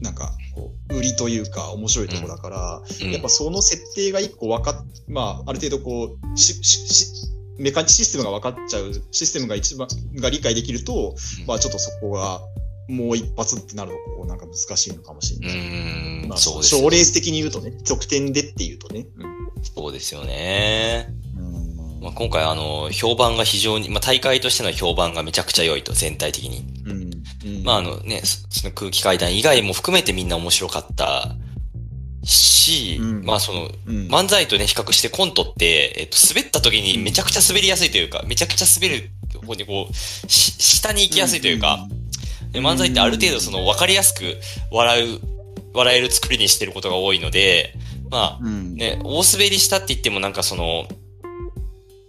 Speaker 1: うなんかこう売りというか面白いとこだから、
Speaker 2: うん
Speaker 1: やっぱその設定が一個わかっまあある程度こうしししメカシステムが分かっちゃうシステムが一番が理解できると、
Speaker 2: うん
Speaker 1: まあちょっとそこがもう一発ってなるとこうなんか難しいのかもしれな
Speaker 2: う
Speaker 1: い。
Speaker 2: ーん、
Speaker 1: まあ、
Speaker 2: そうです
Speaker 1: 賞レース的に言うとね、得点でっていうとね。
Speaker 2: そうですよね。
Speaker 1: うん
Speaker 2: まあ、今回、あの、評判が非常に、まあ、大会としての評判がめちゃくちゃ良いと、全体的に。
Speaker 1: うんうん
Speaker 2: まあ、あのね、そその空気階段以外も含めてみんな面白かったし、
Speaker 1: うん
Speaker 2: まあ、その、
Speaker 1: うん
Speaker 2: 漫才とね、比較してコントって、えっと、滑った時にめちゃくちゃ滑りやすいというか、めちゃくちゃ滑る方にこう、し下に行きやすいというか、で漫才ってある程度その分かりやすく笑う、笑える作りにしてることが多いので、まあ、
Speaker 1: うん、うん、
Speaker 2: ね、大滑りしたって言ってもなんかその、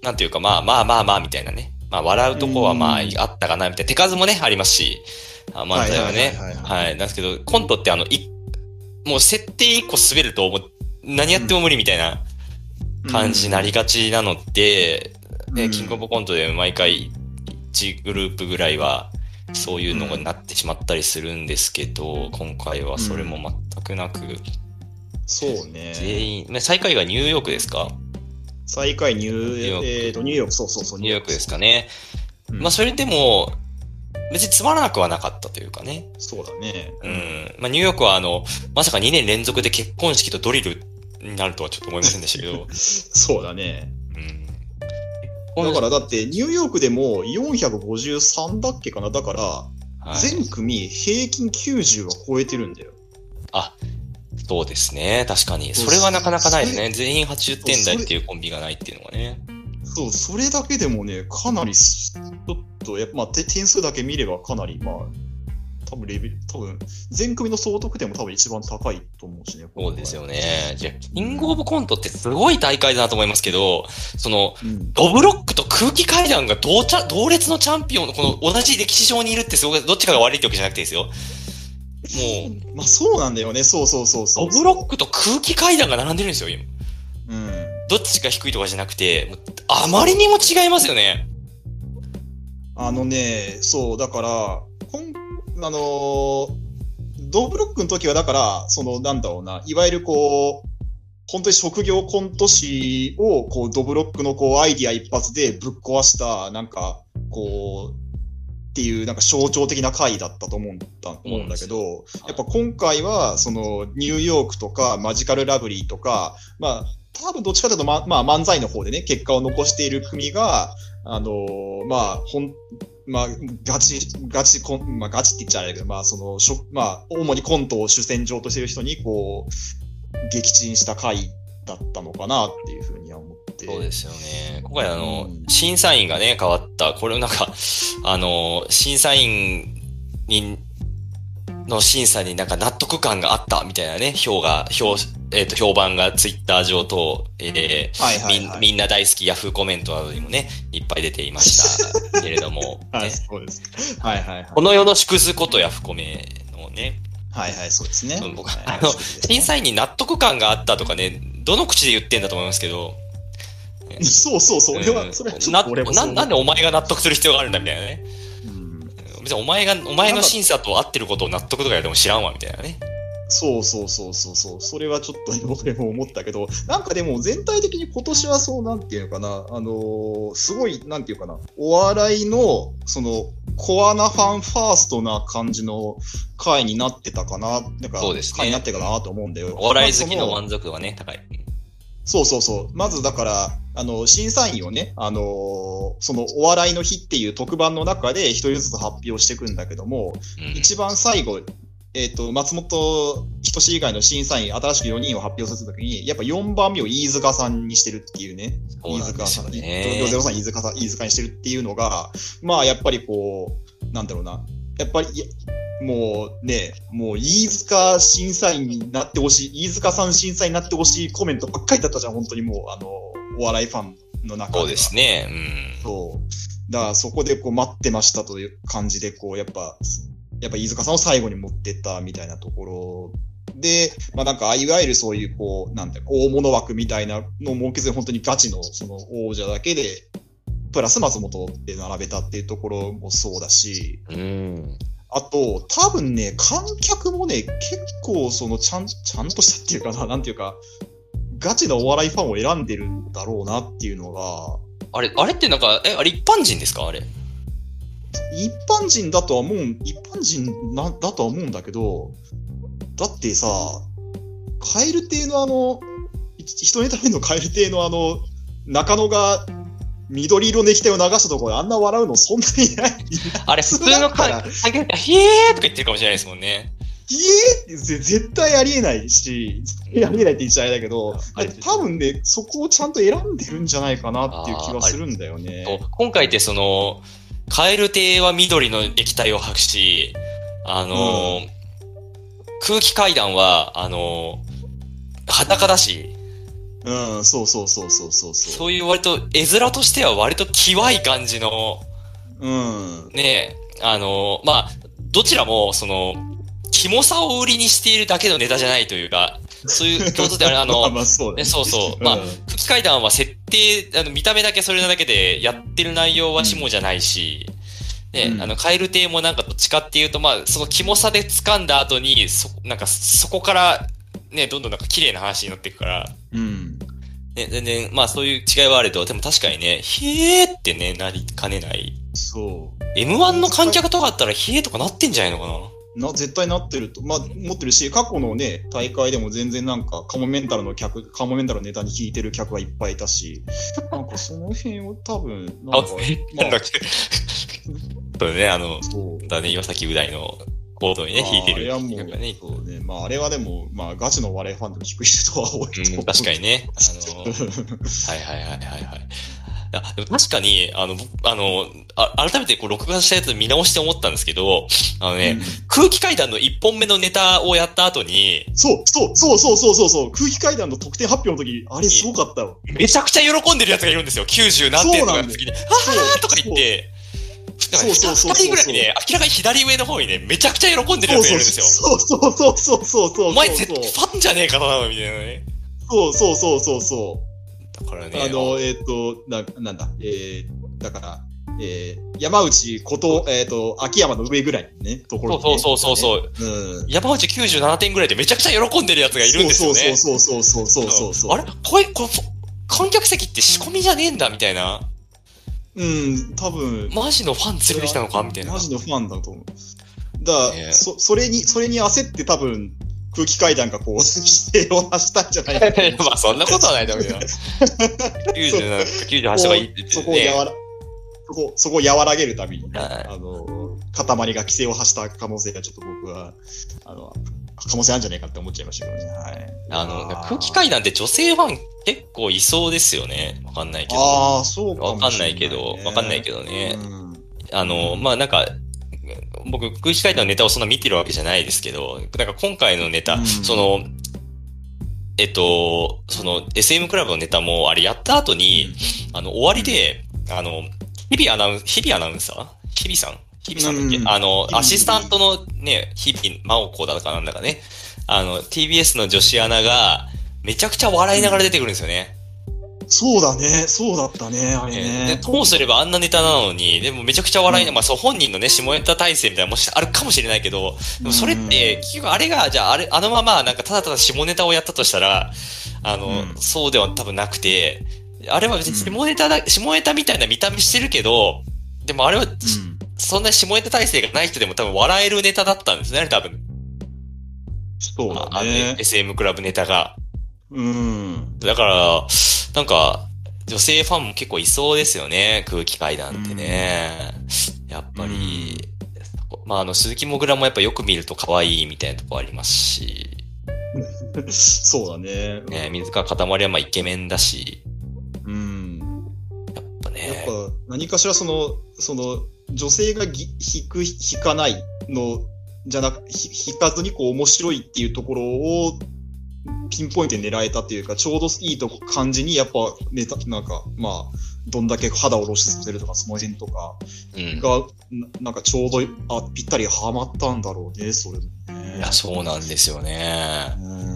Speaker 2: なんていうかまあまあまあまあみたいなね。まあ笑うとこはまあ
Speaker 1: うん
Speaker 2: あったかなみたいな。手数もね、ありますし、あ漫才は
Speaker 1: はいはいは
Speaker 2: ね
Speaker 1: いはい。は
Speaker 2: はい。なんですけど、コントってあの、いもう設定一個滑るともう何やっても無理みたいな感じになりがちなので、ね、キングオブコントで毎回1グループぐらいはそういうのがなってしまったりするんですけど、今回はそれも全くなく、
Speaker 1: そうね。
Speaker 2: 全員、ね最下位がニューヨークですか
Speaker 1: 最下位ニュ
Speaker 2: ニューヨーク
Speaker 1: ー、えーと、ニューヨーク、そうそうそう、
Speaker 2: ニューヨークですかね。
Speaker 1: うん
Speaker 2: まあそれでも、別につまらなくはなかったというかね。
Speaker 1: そうだね。
Speaker 2: うん。まあニューヨークはあの、まさか2年連続で結婚式とドリルになるとはちょっと思いませんでしたけ *laughs* ど。
Speaker 1: そうだね。
Speaker 2: うん。
Speaker 1: だからだって、ニューヨークでも453だっけかな。だから、
Speaker 2: はい、
Speaker 1: 全組平均90は超えてるんだよ。
Speaker 2: そうですね。確かに。
Speaker 1: そう
Speaker 2: それはなかなかないです
Speaker 1: そ
Speaker 2: ね。全員80点
Speaker 1: そ
Speaker 2: 台
Speaker 1: れ
Speaker 2: っていうコンビがないっていうのがね。
Speaker 1: そう、それだけでもね、かなりす、ちょっと、やっぱ、まあ、て点数だけ見ればかなり、まあ、多分レベル、多分、全組の総得点も多分一番高いと思うしね。
Speaker 2: そうですよね。じゃあキングオブコントってすごい大会だなと思いますけど、その、
Speaker 1: うん。
Speaker 2: ドブロックと空気階段が同ちゃ同列のチャンピオンの、この同じ歴史上にいるってすごい、どっちかが悪いってわけじゃなくてですよ。もう、
Speaker 1: まあ、そうなんだよね。そうそうそうそ
Speaker 2: ド
Speaker 1: う。
Speaker 2: ブロックと空気階段が並んでるんですよ、今。
Speaker 1: うん。
Speaker 2: どっちが低いとかじゃなくて、もうあまりにも違いますよね。
Speaker 1: あのね、そう、だから、こんあのードブロックの時は、だから、その、なんだろうな、いわゆるこう、本当に職業コント師を、こう、ドブロックのこう、アイディア一発でぶっ壊した、なんか、こう、っていう、なんか象徴的な回だったと思うんだ思うんだけど、
Speaker 2: はい
Speaker 1: やっぱ今回は、その、ニューヨークとか、マジカルラブリーとか、まあ、多分どっちかというと、ま、まあ、漫才の方でね、結果を残している組が、あのーまあ、ほん、まあ、ガチ、ガチコン、まあ、ガチって言っちゃあれだけど、まあ、その、しょまあ、主にコントを主戦場としている人に、こう、撃沈した回だったのかなっていうふうには思って。
Speaker 2: そうですよね。今回あの
Speaker 1: うん、
Speaker 2: 審査員がね、変わった。これをなんか、あの、審査員に、の審査になんか納得感があったみたいなね、評が、評、えっ、と、評判がツイッター上と、えー
Speaker 1: はいはい、はい。
Speaker 2: みんみんな大好きヤフーコメントなどにもね、いっぱい出てい
Speaker 1: *laughs*
Speaker 2: ましたけれども、
Speaker 1: はい、
Speaker 2: ね
Speaker 1: そうです。はいはいはい。
Speaker 2: この世の縮図ことヤフコメのね、
Speaker 1: はいはい、そうですね。
Speaker 2: うん僕
Speaker 1: はい
Speaker 2: あの審査員に納得感があったとかね、どの口で言ってんだと思いますけど、
Speaker 1: そうそうそう、俺
Speaker 2: う
Speaker 1: は、
Speaker 2: ん
Speaker 1: それはちょ
Speaker 2: な
Speaker 1: っと俺も
Speaker 2: な
Speaker 1: そう。
Speaker 2: なんでお前が納得する必要があるんだみたいなね。
Speaker 1: うん
Speaker 2: 別にお前が、お前の審査と合ってることを納得とかやっても知らんわみたいなね。
Speaker 1: そうそうそうそうそう、それはちょっと俺も思ったけど、なんかでも全体的に今年はそう、なんていうのかな、あのーすごい、なんていうかな、お笑いの、その、コアなファンファーストな感じの回になってたかな、なんか、
Speaker 2: そうですね
Speaker 1: 回になってたかなと思うんだよ。
Speaker 2: お笑い好きの
Speaker 1: まあそ
Speaker 2: 満足度がね、高い。
Speaker 1: そうそうそう。まずだから、あの、審査員をね、あのーそのお笑いの日っていう特番の中で一人ずつ発表していくんだけども、
Speaker 2: うん
Speaker 1: 一番最後、えっ、と、松本人志以外の審査員、新しく4人を発表させたときに、やっぱ4番目を飯塚さんにしてるっていうね。
Speaker 2: そうなんですよ
Speaker 1: 飯塚
Speaker 2: ね
Speaker 1: さん、ロゼロさん、飯塚さん、飯塚にしてるっていうのが、まあ、やっぱりこう、なんだろうな。やっぱり、いやもうね、もう飯塚審査員になってほしい、飯塚さん審査員になってほしいコメントばっかりだったじゃん、本当にもう、あの、お笑いファンの中では。
Speaker 2: そうですね。うん。
Speaker 1: そう。だからそこでこう待ってましたという感じで、こうやっぱ、やっぱ飯塚さんを最後に持ってったみたいなところで、まあなんか、いわゆるそういう、こう、なんていうか大物枠みたいなのを設けずに、本当にガチの、その、王者だけで、プラス松本で並べたっていうところもそうだし、
Speaker 2: うん。
Speaker 1: あと、多分ね、観客もね、結構、その、ちゃん、ちゃんとしたっていうかな、なんていうか、ガチなお笑いファンを選んでるんだろうなっていうのが、
Speaker 2: あれ、あれってなんか、え、あれ一般人ですかあれ。
Speaker 1: 一般人だとは思う、一般人なだとは思うんだけど、だってさ、カエル亭のあの、い人のためのカエル亭のあの、中野が緑色の液体を流したところであんな笑うのそんなにいない。
Speaker 2: あれ、普通の
Speaker 1: 普通だっ
Speaker 2: 観
Speaker 1: た
Speaker 2: 観客が、ひえーとか言ってるかもしれないですもんね。
Speaker 1: いえってぜ絶対ありえないし、絶対ありえないって言っちゃあれだけど、
Speaker 2: あれ
Speaker 1: 多分ね、そこをちゃんと選んでるんじゃないかなっていう気はするんだよね。
Speaker 2: こう今回ってその、カエル亭は緑の液体を吐くし、あのー空気階段は、あのー裸だし、
Speaker 1: うん、そうそうそうそうそうそう。
Speaker 2: そういう割と、絵面としては割とキワい感じの、
Speaker 1: うん。
Speaker 2: ねえ、あのーまあ、どちらも、その、キモさを売りにしているだけのネタじゃないというか、そういう共通点ある、
Speaker 1: *laughs* *laughs*
Speaker 2: あ
Speaker 1: まあ
Speaker 2: の、
Speaker 1: まあそうだ
Speaker 2: ね、
Speaker 1: ね。
Speaker 2: そうそう。まあ
Speaker 1: *laughs* うん、
Speaker 2: 空気階段は設定、あの見た目だけそれなだけでやってる内容は下じゃないし、ね、
Speaker 1: うん
Speaker 2: あの、蛙亭もなんかどっちかっていうと、まあ、そのキモさで掴んだ後に、そ、なんかそこから、ね、どんどんなんか綺麗な話になっていくから、
Speaker 1: うん。
Speaker 2: ね、全然、まあそういう違いはあれど、でも確かにね、へーってね、なりかねない。
Speaker 1: そう。
Speaker 2: M1 の観客とかあったら、へーとかなってんじゃないのかな
Speaker 1: な絶対なってると、まあ、持ってるし、過去のね、大会でも全然なんか、カモメンタルの客、カモメンタルのネタに聞いてる客はいっぱいいたし、なんかその辺を多分、なんか、
Speaker 2: なん
Speaker 1: ま
Speaker 2: だ
Speaker 1: あ
Speaker 2: っけそうね、あの、
Speaker 1: そう。
Speaker 2: だね、岩崎う大のコードにね、弾いてる。
Speaker 1: ああれは
Speaker 2: な
Speaker 1: も
Speaker 2: んか
Speaker 1: う、
Speaker 2: ね、
Speaker 1: そうね。まあ、あれはでも、まあ、ガチのお笑いファンでも聞く人は多いと
Speaker 2: う
Speaker 1: 思
Speaker 2: ん、
Speaker 1: う。
Speaker 2: 確か
Speaker 1: *laughs*
Speaker 2: にね。あの、はい
Speaker 1: に。
Speaker 2: はいはいはいはい。あでも確かに、あの、僕あの、あ改めてこう録画したやつ見直して思ったんですけど、あのね、空気階段の1本目のネタをやった後に、
Speaker 1: *laughs* そう、そう、そう、そう、そう、そう、そう、空気階段の得点発表の時、あれすごかったよ。
Speaker 2: めちゃくちゃ喜んでるやつがいるんですよ。90何点とかの時に、は
Speaker 1: そう
Speaker 2: ーとか言って、だから
Speaker 1: そうそうそうそう
Speaker 2: 2人ぐらいね、明らかに左上の方にね、めちゃくちゃ喜んでるやつがいるんですよ。
Speaker 1: そうそうそうそうそうそうそう。
Speaker 2: お前絶対ファンじゃねえかな、みたいなね。
Speaker 1: そうそうそうそうそう。
Speaker 2: だからね。
Speaker 1: あの、えっ、と、な、なんだ、えー、だから、えー、山内こと、えっ、と、秋山の上ぐらいのね、ところにね、
Speaker 2: そうそうそう
Speaker 1: う。
Speaker 2: そう
Speaker 1: うん。
Speaker 2: 山内97点ぐらいでめちゃくちゃ喜んでるやつがいるんですよね。
Speaker 1: そうそうそうそうそうそうそう。
Speaker 2: あれこれ、これ、観客席って仕込みじゃねえんだみたいな。
Speaker 1: うん、多分、
Speaker 2: マジのファン連れてきたのかみ *laughs* たいな。
Speaker 1: マジのファンだと思う。だから、
Speaker 2: ねえ
Speaker 1: そ、それに、それに焦って多分、空気階段がこう、 *laughs* 規定を出したんじゃないかと思う
Speaker 2: まあそんなことはないだろうけ *laughs* ど。97、98とか言って
Speaker 1: そ
Speaker 2: て、
Speaker 1: こをや
Speaker 2: ね。
Speaker 1: わら、そこ、そこを和らげるために、ね、
Speaker 2: はい
Speaker 1: あの、塊が規制を発した可能性がちょっと僕は、あの、可能性あるんじゃないかって思っちゃいましたけどね。はい。
Speaker 2: あの、
Speaker 1: ー
Speaker 2: 空気階段って女性ファン結構いそうですよね。わかんないけど。
Speaker 1: ああ、そうか
Speaker 2: わ
Speaker 1: も
Speaker 2: かん
Speaker 1: しれ
Speaker 2: ないけど、わかんないけどね。
Speaker 1: うん
Speaker 2: あの、まあなんか、僕、空気階段のネタをそんな見てるわけじゃないですけど、なんか今回のネタ、
Speaker 1: うん
Speaker 2: その、えっと、その SM クラブのネタも、あれやった後に、あの、終わりで、あの、日々アナウン、日々アナウンサー日々さん日々さんだっけ、
Speaker 1: うん
Speaker 2: あの
Speaker 1: 日、々
Speaker 2: アシスタントのね、日々真央子だかなんだかね、あの、TBS の女子アナが、めちゃくちゃ笑いながら出てくるんですよね。
Speaker 1: そうだね、そうだったね、あれ
Speaker 2: ね
Speaker 1: ね
Speaker 2: で。ともすればあんなネタなのに、でもめちゃくちゃ笑いな、
Speaker 1: うん
Speaker 2: まあそう本人のね、下ネタ体制みたいなのもしあるかもしれないけど、でもそれって、結局あれが、じゃああれ、あのままなんかただただ下ネタをやったとしたら、あの、
Speaker 1: うん
Speaker 2: そうでは多分なくて、あれは別に下ネタだ、下ネタみたいな見た目してるけど、でもあれは、
Speaker 1: うん、
Speaker 2: そんな下ネタ体制がない人でも多分笑えるネタだったんですね、多分。
Speaker 1: そう
Speaker 2: あ
Speaker 1: だ
Speaker 2: あの
Speaker 1: ね。
Speaker 2: SM クラブネタが。
Speaker 1: うん。 *laughs*
Speaker 2: だから、なんか、女性ファンも結構いそうですよね、空気階段ってね。やっぱり、まあ、あの、鈴木もぐらもやっぱよく見ると可愛いみたいなとこありますし、
Speaker 1: そうだね。
Speaker 2: ね、水川かたまりはまあイケメンだし、
Speaker 1: うん。
Speaker 2: やっぱ
Speaker 1: やっ
Speaker 2: ね
Speaker 1: ぱ、何かしらその、その、女性がぎ引く、引かないの、じゃなく、ひ引かずにこう面白いっていうところを、ピンポイントで狙えたっていうか、ちょうどいいとこ感じに、やっぱ、ネタ、なんか、まあ、どんだけ肌を露出させるとか、その辺とか
Speaker 2: うん。
Speaker 1: が、ななんかちょうど、あ、ぴったりはまったんだろうね、それもね。
Speaker 2: いや、そうなんですよね。
Speaker 1: う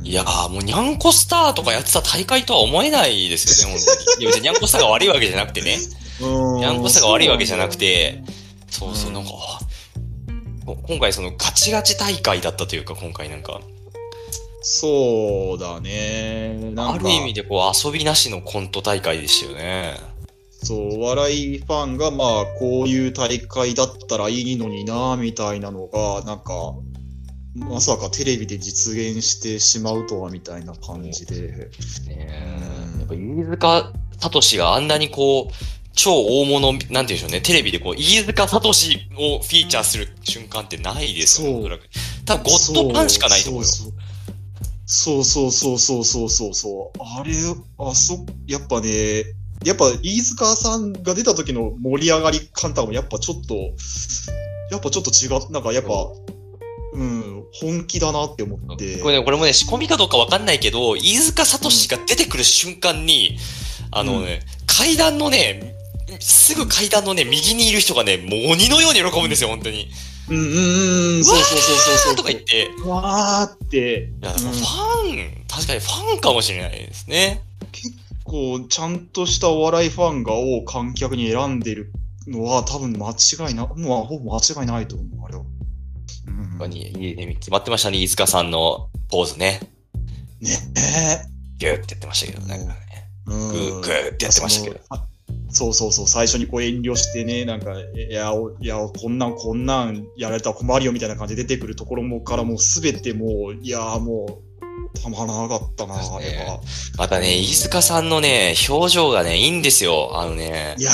Speaker 1: ん
Speaker 2: いやー、もうニャンコスターとかやってた大会とは思えないですよね、本当に。いや別にニャンコスターが悪いわけじゃなくてね。
Speaker 1: うん
Speaker 2: ニャンコスターが悪いわけじゃなくて、そうそう、なんか、あこ今回そのガチガチ大会だったというか、今回なんか、
Speaker 1: そうだね。なんか
Speaker 2: ある意味でこう遊びなしのコント大会でしたよね。
Speaker 1: そう、お笑いファンが、まあ、こういう大会だったらいいのにな、みたいなのが、なんか、まさかテレビで実現してしまうとは、みたいな感じで。
Speaker 2: ね
Speaker 1: うん
Speaker 2: えやっぱ飯塚聡があんなにこう、超大物、なんて言うんでしょうね、テレビでこう、飯塚聡をフィーチャーする瞬間ってないですよ
Speaker 1: そう
Speaker 2: ね、おそらく多分ゴッドパンしかないと思うよ。
Speaker 1: そうそうそうそうそうそうそうそう。あれ、あそ、やっぱね、やっぱ飯塚さんが出た時の盛り上がり感とはもやっぱちょっと、やっぱちょっと違う、なんかやっぱ、うん、本気だなって思って。
Speaker 2: これね、これもね、仕込みかどうかわかんないけど、飯塚聡が出てくる瞬間に、あのね、階段のね、すぐ階段のね、右にいる人がね、もう鬼のように喜ぶんですよ、本当に。
Speaker 1: うんうんうんうん、そうそうそうそうそう。
Speaker 2: とか言って、い
Speaker 1: わーって、
Speaker 2: や
Speaker 1: うん
Speaker 2: ファン、確かにファンかもしれないですね。
Speaker 1: こう、ちゃんとしたお笑いファンがを観客に選んでるのは多分間違いな、もうほぼ間違いないと思う、あれは。うん
Speaker 2: 本当に、いいね、決まってましたね、飯塚さんのポーズね。
Speaker 1: ね
Speaker 2: ギューってやってましたけどね。
Speaker 1: え。グ
Speaker 2: グーグーってやってましたけど。
Speaker 1: そうそうそう、最初にこう遠慮してね、なんか、えいや、おいや、こんなん、こんなんやられたら困るよみたいな感じで出てくるところもからもうすべてもう、いやーもう、たまらなかったな、
Speaker 2: そ
Speaker 1: あ
Speaker 2: うで
Speaker 1: れ
Speaker 2: すね
Speaker 1: は。
Speaker 2: またね、飯塚さんのね、表情がね、いいんですよ。あのね
Speaker 1: い、や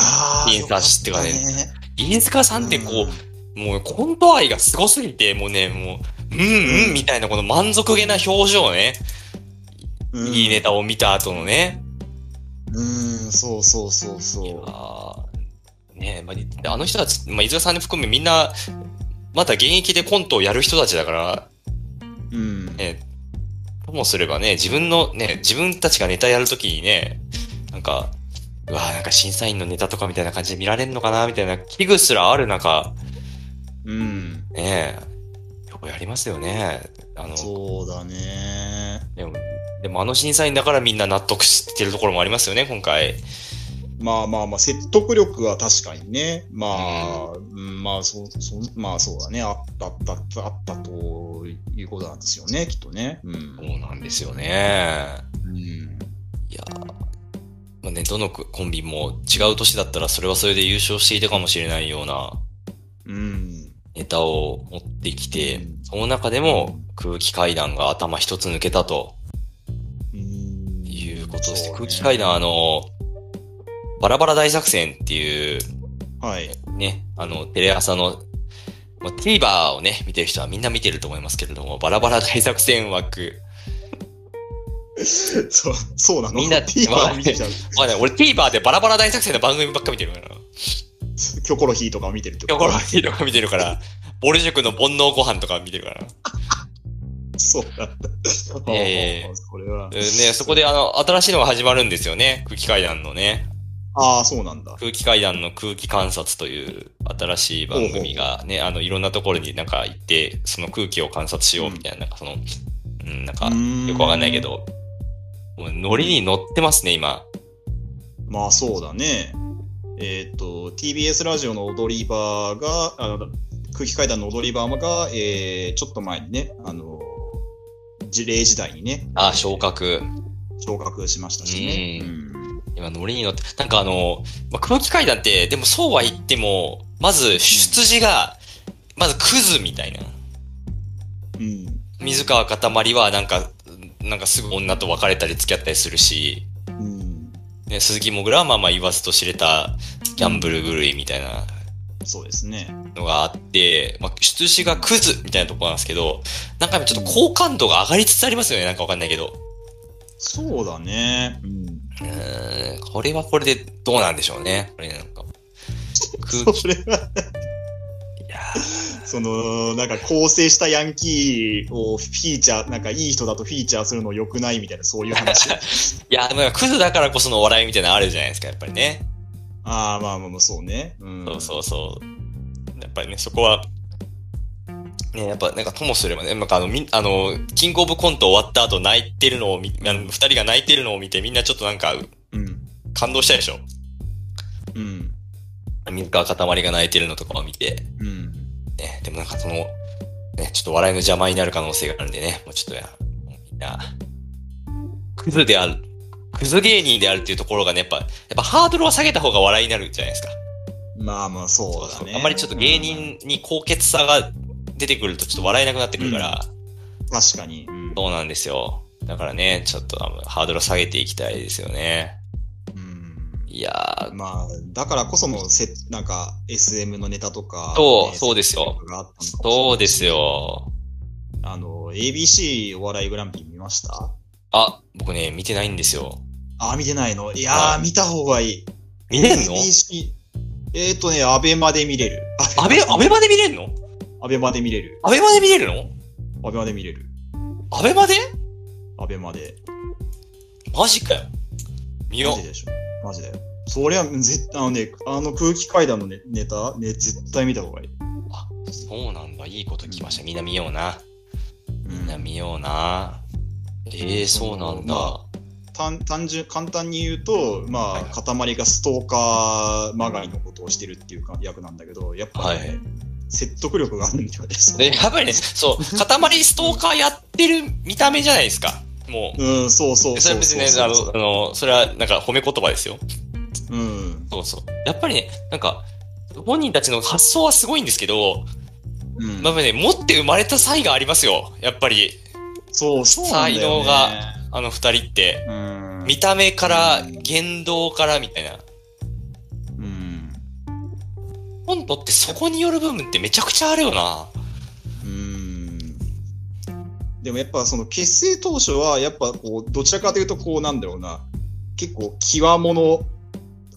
Speaker 1: ー、
Speaker 2: ピン刺しっていうかね
Speaker 1: よったね
Speaker 2: 飯塚さんってこう、もうコント愛がすごすぎて、もうね、もう、うんうんみたいなこの満足げな表情ね。
Speaker 1: うん、
Speaker 2: いいネタを見た後のね。
Speaker 1: うん、そうそうそうそう。
Speaker 2: あーねえ、まあ、あの人たち、まあ、伊沢さん含めみんな、まだ現役でコントをやる人たちだから、
Speaker 1: うん。
Speaker 2: ね、ともすればね、自分のね、自分たちがネタやるときにね、なんか、うわーなんか審査員のネタとかみたいな感じで見られるのかなみたいな危惧すらある中、
Speaker 1: うん。
Speaker 2: ねえ、よくやりますよね。あの、
Speaker 1: そうだね。
Speaker 2: でも、でもあの審査員だからみんな納得してるところもありますよね、今回。
Speaker 1: まあまあまあ、説得力は確かにね。まあ、うんまあ、そう、そう、まあそうだね。あった、あった、あった、あったということなんですよね、きっとね。うん。
Speaker 2: そうなんですよね。
Speaker 1: うん
Speaker 2: いやーまあね、どのココンビも違う年だったらそれはそれで優勝していたかもしれないような
Speaker 1: うん。
Speaker 2: ネタを持ってきて、その中でも空気階段が頭一つ抜けたと
Speaker 1: うん。
Speaker 2: いうことです。
Speaker 1: そうね
Speaker 2: 空気階段、あの、バラバラ大作戦っていう、
Speaker 1: はい。
Speaker 2: ね、あの、テレ朝の、まあ、TVer をね、見てる人はみんな見てると思いますけれども、バラバラ大作戦枠。
Speaker 1: そう、そうなの
Speaker 2: みんな
Speaker 1: TVer 見てちゃう。
Speaker 2: まあね、俺 TVer でバラバラ大作戦の番組ばっか見てるからな。
Speaker 1: *laughs* キョコロヒーとか見てるって
Speaker 2: キ
Speaker 1: こ
Speaker 2: ョ
Speaker 1: と
Speaker 2: コ
Speaker 1: *laughs*
Speaker 2: ロヒーとか見てる *laughs* から、ボル塾の煩悩ご飯とか見てるから。
Speaker 1: そうなんだ。
Speaker 2: いやいやいや
Speaker 1: それは
Speaker 2: うん。ね、そこであの、新しいのが始まるんですよね。空気階段のね。
Speaker 1: ああ、そうなんだ。
Speaker 2: 空気階段の空気観察という新しい番組がね、あの、いろんなところになんか行って、その空気を観察しようみたいな、なんかその、うん、なんか、よ
Speaker 1: よ
Speaker 2: くわかんないけ。ど、もうノリに乗ってますね、今。
Speaker 1: まあそうだね。えっ、と、TBS ラジオの踊り場が、あの空気階段の踊り場が、えー、ちょっと前にね、あの、事例時代にね、
Speaker 2: あ、昇格。
Speaker 1: 昇格しましたしね。
Speaker 2: う
Speaker 1: うん
Speaker 2: 今ノリに乗って、なんかあの、まあ、空気階段って、でもそうは言っても、まず出自が、まずクズみたいな。
Speaker 1: うん。
Speaker 2: 水川かたまりはなんか、なんかすぐ女と別れたり付き合ったりするし、
Speaker 1: うん。
Speaker 2: ね、鈴木もぐらはまあまあ言わずと知れたギャンブル狂いみたいな
Speaker 1: そうですね。
Speaker 2: のがあって、まあ、出自がクズみたいなとこなんですけど、なんか今ちょっと好感度が上がりつつありますよね、なんかわかんないけど。
Speaker 1: そうだね。うん。
Speaker 2: うーん、これはこれでどうなんでしょうね。これなんか。空気
Speaker 1: それは、
Speaker 2: いや
Speaker 1: その、なんか構成したヤンキーをフィーチャー、なんかいい人だとフィーチャーするの良くないみたいな、そういう
Speaker 2: *laughs*
Speaker 1: 話。
Speaker 2: いや、なんかクズだからこそのお笑いみたいなのあるじゃないですか、やっぱりね。
Speaker 1: ああ、まあまあまあ、そうね。うん。
Speaker 2: そうそうそう。やっぱりね、そこは、ね、やっぱなんかともすればね、なんかあの、みんあの、キングオブコント終わった後泣いてるのを見、あの、二人が泣いてるのを見てみんなちょっとなんか
Speaker 1: うん。
Speaker 2: 感動したでしょ
Speaker 1: うん。
Speaker 2: 水川かたまりが泣いてるのとかを見て。
Speaker 1: うん。
Speaker 2: ね、でもなんかその、ね、ちょっと笑いの邪魔になる可能性があるんでね、もうちょっとや、もうみんな、クズである、クズ芸人であるっていうところがね、やっぱ、やっぱハードルは下げた方が笑いになるじゃないですか。
Speaker 1: まあまあ、そうだね。
Speaker 2: あんまりちょっと芸人に高潔さが出てくるとちょっと笑えなくなってくるから、
Speaker 1: うん確かに。うん
Speaker 2: そうなんですよ。だからね、ちょっとあのハードルを下げていきたいですよね。
Speaker 1: うん
Speaker 2: いや
Speaker 1: まあ、だからこそのせ、なんか、SM のネタとか、
Speaker 2: そう
Speaker 1: ね
Speaker 2: そうですよ。
Speaker 1: があったの
Speaker 2: ー、
Speaker 1: かもしれない
Speaker 2: そうです。よ。
Speaker 1: あの、ABC お笑いグランプリ見ました
Speaker 2: あ、僕ね、見てないんですよ。
Speaker 1: あ、見てないのいや
Speaker 2: は
Speaker 1: ー、
Speaker 2: い
Speaker 1: 見た方がいい。
Speaker 2: 見れんの
Speaker 1: ?ABC。えっ、ー、とね、アベマで見れる。
Speaker 2: アベ、アベまで見れんの
Speaker 1: アベマで見れる。
Speaker 2: アベまで見れるの
Speaker 1: アベマで見れる。
Speaker 2: アベまで
Speaker 1: アベマで。
Speaker 2: マジかよ。見よ
Speaker 1: マジでしょ。マジだよ。そりゃ、絶対、あのね、あの空気階段のネネタ、ね、絶対見た方がいい。
Speaker 2: う。そうなんだ。いいこと聞きました。みんな見ような。
Speaker 1: う
Speaker 2: みんな見ような。ええー、そうなんだ。
Speaker 1: ま単単純簡単に言うと、ま
Speaker 2: は
Speaker 1: あ、
Speaker 2: いはい
Speaker 1: 塊がストーカーまがいのことをしてるっていうか役なんだけど、やっぱ、ね
Speaker 2: はいはい
Speaker 1: 説得力があるみたいです。
Speaker 2: で、やっぱり
Speaker 1: *laughs*
Speaker 2: ね、そう、塊ストーカーやってる見た目じゃないですか。も。
Speaker 1: うん、そうそうう
Speaker 2: それ
Speaker 1: そう
Speaker 2: は別
Speaker 1: そう
Speaker 2: にね、あの、あのそれはなんか褒め言葉ですよ。
Speaker 1: うん、
Speaker 2: そうそう。やっぱりね、なんか、本人たちの発想はすごいんですけど、
Speaker 1: うん
Speaker 2: やっぱりね、持って生まれた才がありますよ。やっぱり、
Speaker 1: そう、そうなんだよ、ね。
Speaker 2: 才あの二人って。
Speaker 1: 能
Speaker 2: 見た目から、言動から、みたいな。
Speaker 1: うん、うん、
Speaker 2: コントってそこによる部分ってめちゃくちゃあるよな。
Speaker 1: うん。でもやっぱその結成当初は、やっぱこう、どちらかというとこうなんだろうな、結構、際物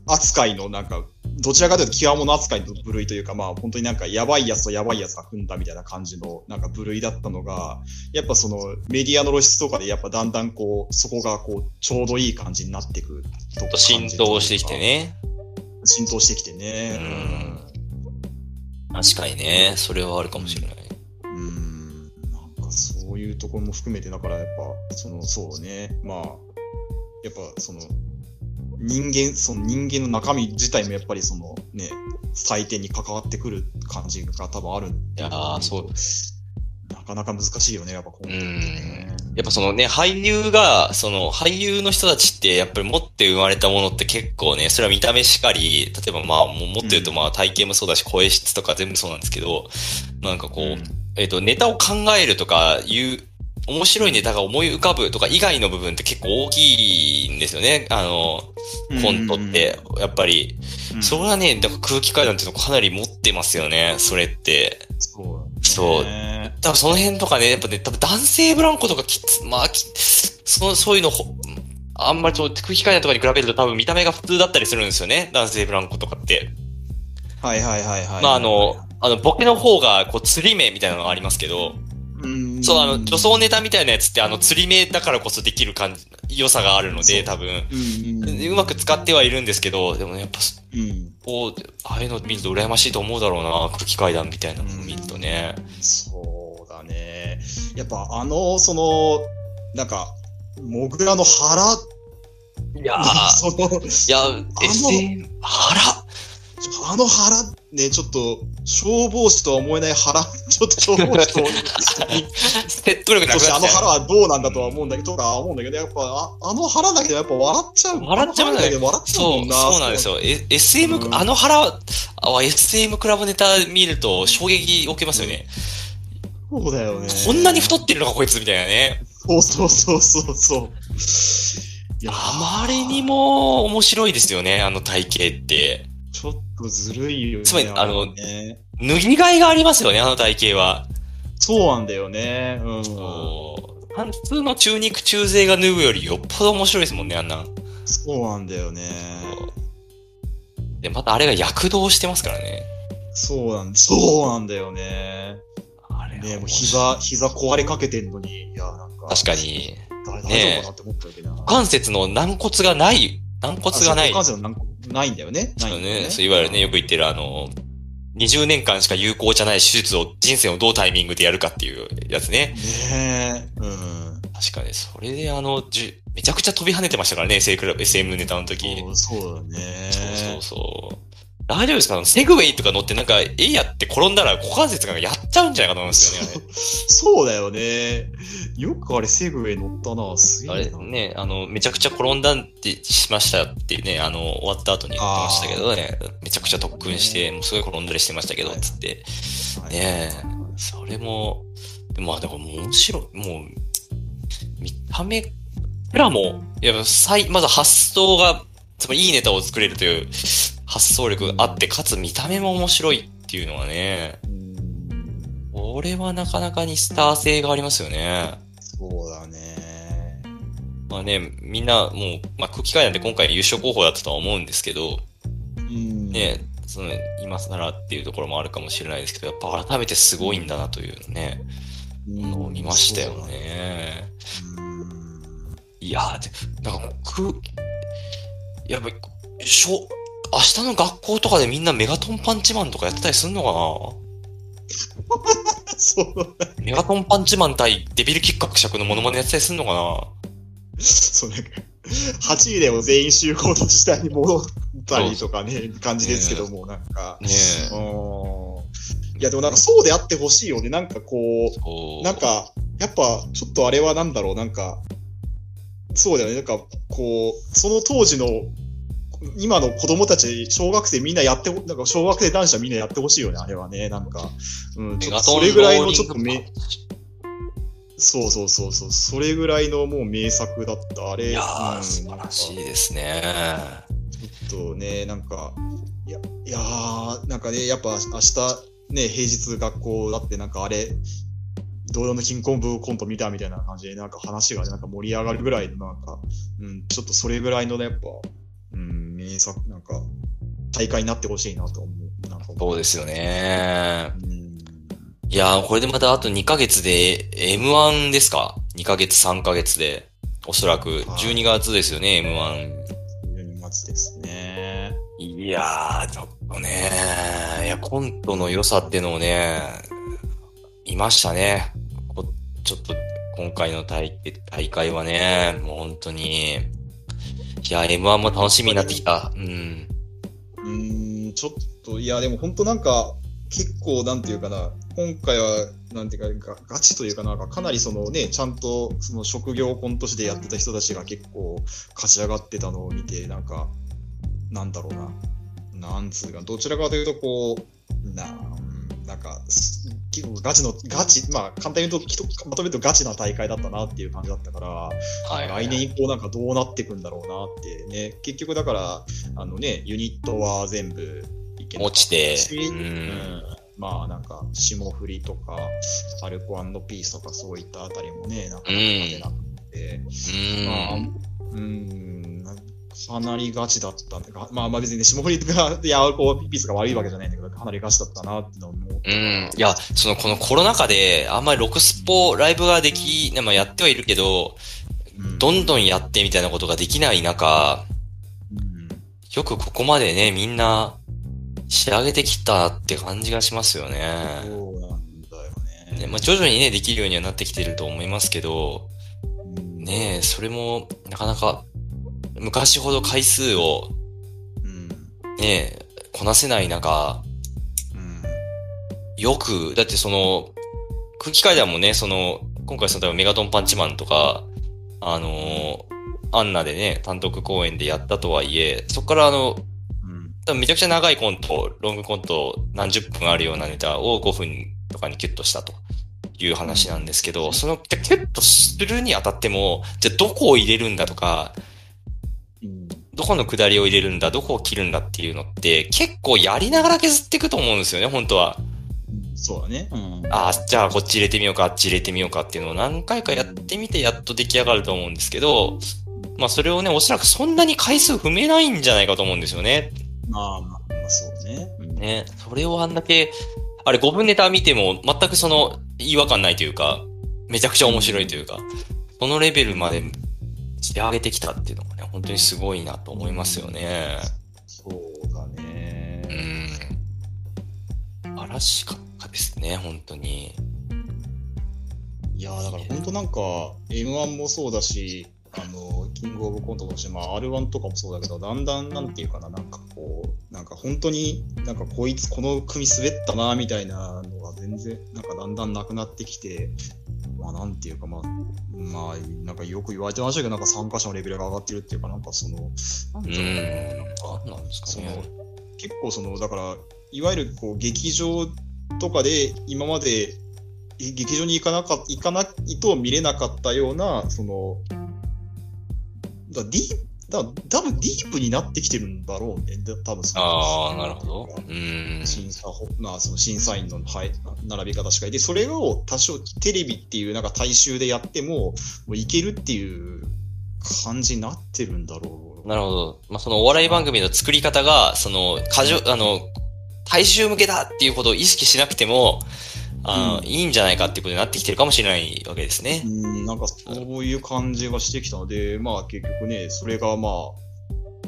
Speaker 1: 扱いのなんか、どちらかというと際物扱いの部類というか、まあ本当になんかやばいやつとやばいやつが組んだみたいな感じのなんか部類だったのが、やっぱそのメディアの露出とかでやっぱだんだんこう、そこがこう、ちょうどいい感じになってくと
Speaker 2: と浸透してきて。ね。
Speaker 1: 浸透してきてね。
Speaker 2: うん確かにね、それはあるかもしれない。
Speaker 1: うーんなんかそういうところも含めて、だからやっぱ、その、そうね、まあ、やっぱその、人間、その人間の中身自体もやっぱりそのね、採点に関わってくる感じが多分ある。
Speaker 2: いやー、そう。
Speaker 1: なかなか難しいよね、やっぱこう。
Speaker 2: うんやっぱそのね、俳優が、その俳優の人たちって、やっぱり持って生まれたものって結構ね、それは見た目しかり、例えばまあ、もう持ってるとまあ体型もそうだし、声質とか全部そうなんですけど、なんかこう、えっ、と、ネタを考えるとかいう、面白いネタが思い浮かぶとか以外の部分って結構大きいんですよね。あの、
Speaker 1: うん
Speaker 2: コントって、やっぱり。
Speaker 1: うん
Speaker 2: それはね、だから空気階段っていうのかなり持ってますよね、それって。
Speaker 1: そう。
Speaker 2: そう
Speaker 1: ね
Speaker 2: 多分その辺とかね、やっぱね、多分男性ブランコとかきつ、まあき、その、そういうのほ、あんまりちょっと空気階段とかに比べると多分見た目が普通だったりするんですよね、男性ブランコとかって。
Speaker 1: はいはいはいはい。
Speaker 2: まああの、あの、ボケの方が、こう、釣り目みたいなのがありますけど、
Speaker 1: うん、
Speaker 2: そう、あの、女装ネタみたいなやつって、あの、釣り目だからこそできる感じ、良さがあるの
Speaker 1: そう
Speaker 2: で、多分、
Speaker 1: うん、うん、
Speaker 2: うまく使ってはいるんですけど、でもね、やっぱ、
Speaker 1: うん。
Speaker 2: こう、ああいうの見ると羨ましいと思うだろうな、空気階段みたいなのを見るとね。
Speaker 1: そうだね。やっぱあの、その、なんか、モグラの腹
Speaker 2: いや
Speaker 1: *laughs* その、
Speaker 2: いや、SM、腹
Speaker 1: あの腹、ね、ちょっと、消防士とは思えない腹、 *laughs* ちょっと消防士と、
Speaker 2: *laughs* 説得力なく
Speaker 1: そして
Speaker 2: な
Speaker 1: あ
Speaker 2: っ
Speaker 1: の
Speaker 2: ちゃう。
Speaker 1: 腹はどうなんだとは思うんだけど、とか思うんだけど、やっぱ、ああの腹だけでやっぱ笑っちゃう。
Speaker 2: 笑っちゃう
Speaker 1: あ
Speaker 2: ね
Speaker 1: の腹だけで笑っちゃう
Speaker 2: そ
Speaker 1: もん
Speaker 2: う、
Speaker 1: な。
Speaker 2: そうなんですよ。え SM、
Speaker 1: うん
Speaker 2: あの腹は、あ SM クラブネタ見ると衝撃受けますよね。
Speaker 1: そうだよね。
Speaker 2: こんなに太ってるのかこいつみたいなね。
Speaker 1: そうそうそうそうそう。いや、
Speaker 2: あまりにも面白いですよね、あの体型って。
Speaker 1: ちょっとずるいよね。
Speaker 2: つまりあの
Speaker 1: ね
Speaker 2: 脱ぎがいがありますよね、あの体型は。
Speaker 1: そうなんだよね。うん。
Speaker 2: そうあの普通の中肉中背が脱ぐよりよっぽど面白いですもんね、あんな。
Speaker 1: そうなんだよね。
Speaker 2: で、またあれが躍動してますからね。
Speaker 1: そうなんそうなんだよね。
Speaker 2: あれは
Speaker 1: ねもう
Speaker 2: 面白い
Speaker 1: 膝、膝壊れかけてんのに、いや、なんか、
Speaker 2: 確かに。
Speaker 1: 誰
Speaker 2: ね
Speaker 1: 大丈夫かなって思ったわけどな。
Speaker 2: 股関節の軟骨がない、軟骨がない。
Speaker 1: あそう股関節のないんだよね。ない
Speaker 2: そうん
Speaker 1: だよ
Speaker 2: ね、そういわゆるね、よく言ってるあの、20年間しか有効じゃない手術を、人生をどうタイミングでやるかっていうやつね。
Speaker 1: ねえ、うん。
Speaker 2: 確かに、それであの、じゅめちゃくちゃ飛び跳ねてましたからね、SM クラブ SM ネタの時。
Speaker 1: そうそうだね。
Speaker 2: そうそうそう。大丈夫ですかセグウェイとか乗ってなんか、えいやって転んだら股関節がやっちゃうんじゃないかと思うんですよね、あれ。
Speaker 1: そうだよね。よくあれ、セグウェイ乗ったな、すげ
Speaker 2: あ
Speaker 1: え
Speaker 2: れ
Speaker 1: な。
Speaker 2: ね、あの、めちゃくちゃ転んだってしましたってね、あの、終わった後に言ってましたけどね、めちゃくちゃ特訓して、もうすごい転んだりしてましたけど、つって。
Speaker 1: はい
Speaker 2: ねえ、それも、まあだからもう面白い、もう、見た目からも、いや、最、まず発想が、つまりいいネタを作れるという発想力があって、かつ見た目も面白いっていうのはね、
Speaker 1: うん
Speaker 2: これはなかなかにスター性がありますよね。
Speaker 1: そうだね。
Speaker 2: まあね、みんなもう、まあ空気階段で今回優勝候補だったとは思うんですけど、
Speaker 1: うん。
Speaker 2: ね、その、今更っていうところもあるかもしれないですけど、やっぱ改めてすごいんだなというね、
Speaker 1: うん、
Speaker 2: のを見ましたよね。
Speaker 1: そうだね。うん
Speaker 2: いやー、でなんか空気、やっぱ、しょ、明日の学校とかでみんなメガトンパンチマンとかやってたりすんの
Speaker 1: そうだね。
Speaker 2: かなメガトンパンチマン対デビルキック伯爵のモノマネやってたりすんのかな
Speaker 1: そうなんか、8位でも全員集合の時代に戻ったりとかね、感じですけども、なんか。
Speaker 2: ねえ。
Speaker 1: うん。いや、でもなんかそうであってほしいよね。なんかこう、
Speaker 2: こう
Speaker 1: なん、か、やっぱ、ちょっとあれはなんだろう、なんか、そうだよね、なんか、こう、その当時の、今の子供たち、小学生みんなやってほ、なんか小学生男子はみんなやってほしいよね、あれはね、なんか。うん、
Speaker 2: メ
Speaker 1: ちょっ
Speaker 2: ガ
Speaker 1: と
Speaker 2: トン
Speaker 1: それぐらいのちょっと
Speaker 2: ローリン
Speaker 1: め
Speaker 2: グ、
Speaker 1: そうそうそうそう、それぐらいのもう名作だった、あれ。
Speaker 2: いや
Speaker 1: う
Speaker 2: ー、
Speaker 1: ん
Speaker 2: 素晴らしいですね。
Speaker 1: ちょっとね、なんか、いや、いやーなんかね、やっぱ明日、ね、平日学校だって、なんかあれ、同様の金婚部コント見たみたいな感じで、なんか話がなんか盛り上がるぐらいの、なんか、うん、ちょっとそれぐらいのね、やっぱ、うん、名作、なんか、大会になってほしいなと思う。なんか
Speaker 2: そうですよね。
Speaker 1: うん。
Speaker 2: いやー、これでまたあと2ヶ月で M1 ですか ?2 ヶ月、3ヶ月で。おそらく、12月ですよね、M1。
Speaker 1: 12月ですね。
Speaker 2: いやー、ちょっとねいや、コントの良さってのをね、見ましたね。こちょっと、今回の大大会はね、もう本当に。いや、M1 も楽しみになってきた。うん。
Speaker 1: うーん、ちょっと、いや、でも本当なんか、結構、なんていうかな、今回は、なんていうか、ガガチというかなんか、かなりそのね、ちゃんと、その職業コント師でやってた人たちが結構、勝ち上がってたのを見て、なんか、なんだろうな、なんつうか、どちらかというと、こう、な、うんなんか、す結構ガチの、ガチ、まあ、簡単に言うと、ひとまとめるとガチな大会だったなっていう感じだったから、来年以降なんかどうなっていくんだろうなってね、結局だから、あのね、ユニットは全部いけなかっ
Speaker 2: 落
Speaker 1: た
Speaker 2: ちて、
Speaker 1: し
Speaker 2: う。
Speaker 1: うんん、まあなんか、霜降りとか、アルコピースとかそういったあたりもね、なんか出なくて、まあ、
Speaker 2: うん。
Speaker 1: うん、かなりガチだったんだが、まあまあ別にね、霜降りが、いや、アルコピースが悪いわけじゃないんだけど、かなりガチだったなってのも、
Speaker 2: うん。いや、その、このコロナ禍で、あんまりロクスポライブができ、まあ、やってはいるけど、
Speaker 1: うん
Speaker 2: どんどんやってみたいなことができない中、
Speaker 1: うん
Speaker 2: よくここまでね、みんな仕上げてきたって感じがしますよね。
Speaker 1: そうなんだよ
Speaker 2: ね
Speaker 1: ね。
Speaker 2: まあ、徐々にね、できるようにはなってきてると思いますけど、
Speaker 1: うん
Speaker 2: ねえ、それもなかなか昔ほど回数を
Speaker 1: うん。
Speaker 2: ねえ、こなせない中、
Speaker 1: うん。
Speaker 2: よく、だってその、空気階段もね、その、今回その多分メガトンパンチマンとか、あのーアンナでね、単独公演でやったとはいえ、そこからあの、
Speaker 1: うん。
Speaker 2: 多分めちゃくちゃ長いコント、ロングコント、何十分あるようなネタを5分とかにキュッとしたという話なんですけど、そのキュッとするにあたっても、じゃあどこを入れるんだとか、
Speaker 1: うん
Speaker 2: どこの下りを入れるんだ、どこを切るんだっていうのって、結構やりながら削っていくと思うんですよね、本当は。
Speaker 1: そうだね。うん。
Speaker 2: ああ、じゃあこっち入れてみようか、あっち入れてみようかっていうのを何回かやってみてやっと出来上がると思うんですけど、まあそれをね、おそらくそんなに回数踏めないんじゃないかと思うんですよね。
Speaker 1: まあまあ、まあそうね。うん
Speaker 2: ね、それをあんだけ、あれ5分ネタ見ても全くその違和感ないというか、めちゃくちゃ面白いというか、そのレベルまで仕上げてきたっていうのがね、本当にすごいなと思いますよね。
Speaker 1: そうだね
Speaker 2: う。ん。素晴らしかったですね、本当に。
Speaker 1: いやーだから本当なんか M1 もそうだし、あのキングオブコントとしてまあ R1 とかもそうだけど、だんだんなんていうかななんかこうなんか本当になんかこいつこの組滑ったなみたいなのが全然なんかだんだんなくなってきて。まあなんていうかまあ、まあ、なんかよく言われてましたけど、なんか参加者のレベルが上がってるっていうか、なんかその、なん
Speaker 2: う。
Speaker 1: ていうのかなん
Speaker 2: あなんですか
Speaker 1: その
Speaker 2: ね。
Speaker 1: 結構そのだからいわゆるこう劇場とかで今までえ劇場に行かなか行かないと見れなかったようなそのだディープだ多分ディープになってきてるんだろうねだ多分その
Speaker 2: ああ、なるほど。うん。
Speaker 1: 審査ほ、まあ、その審査員のはい並び方しかいて、それを多少テレビっていうなんか大衆でやっても、もういけるっていう感じになってるんだろう。
Speaker 2: なるほど。まあ、そのお笑い番組の作り方が、その、過剰、あの、大衆向けだっていうことを意識しなくても、あー
Speaker 1: うん
Speaker 2: いいんじゃないかっていうことになってきてるかもしれないわけですね
Speaker 1: う。ん、なんかそういう感じがしてきたので、まあ結局ね、それがまあ、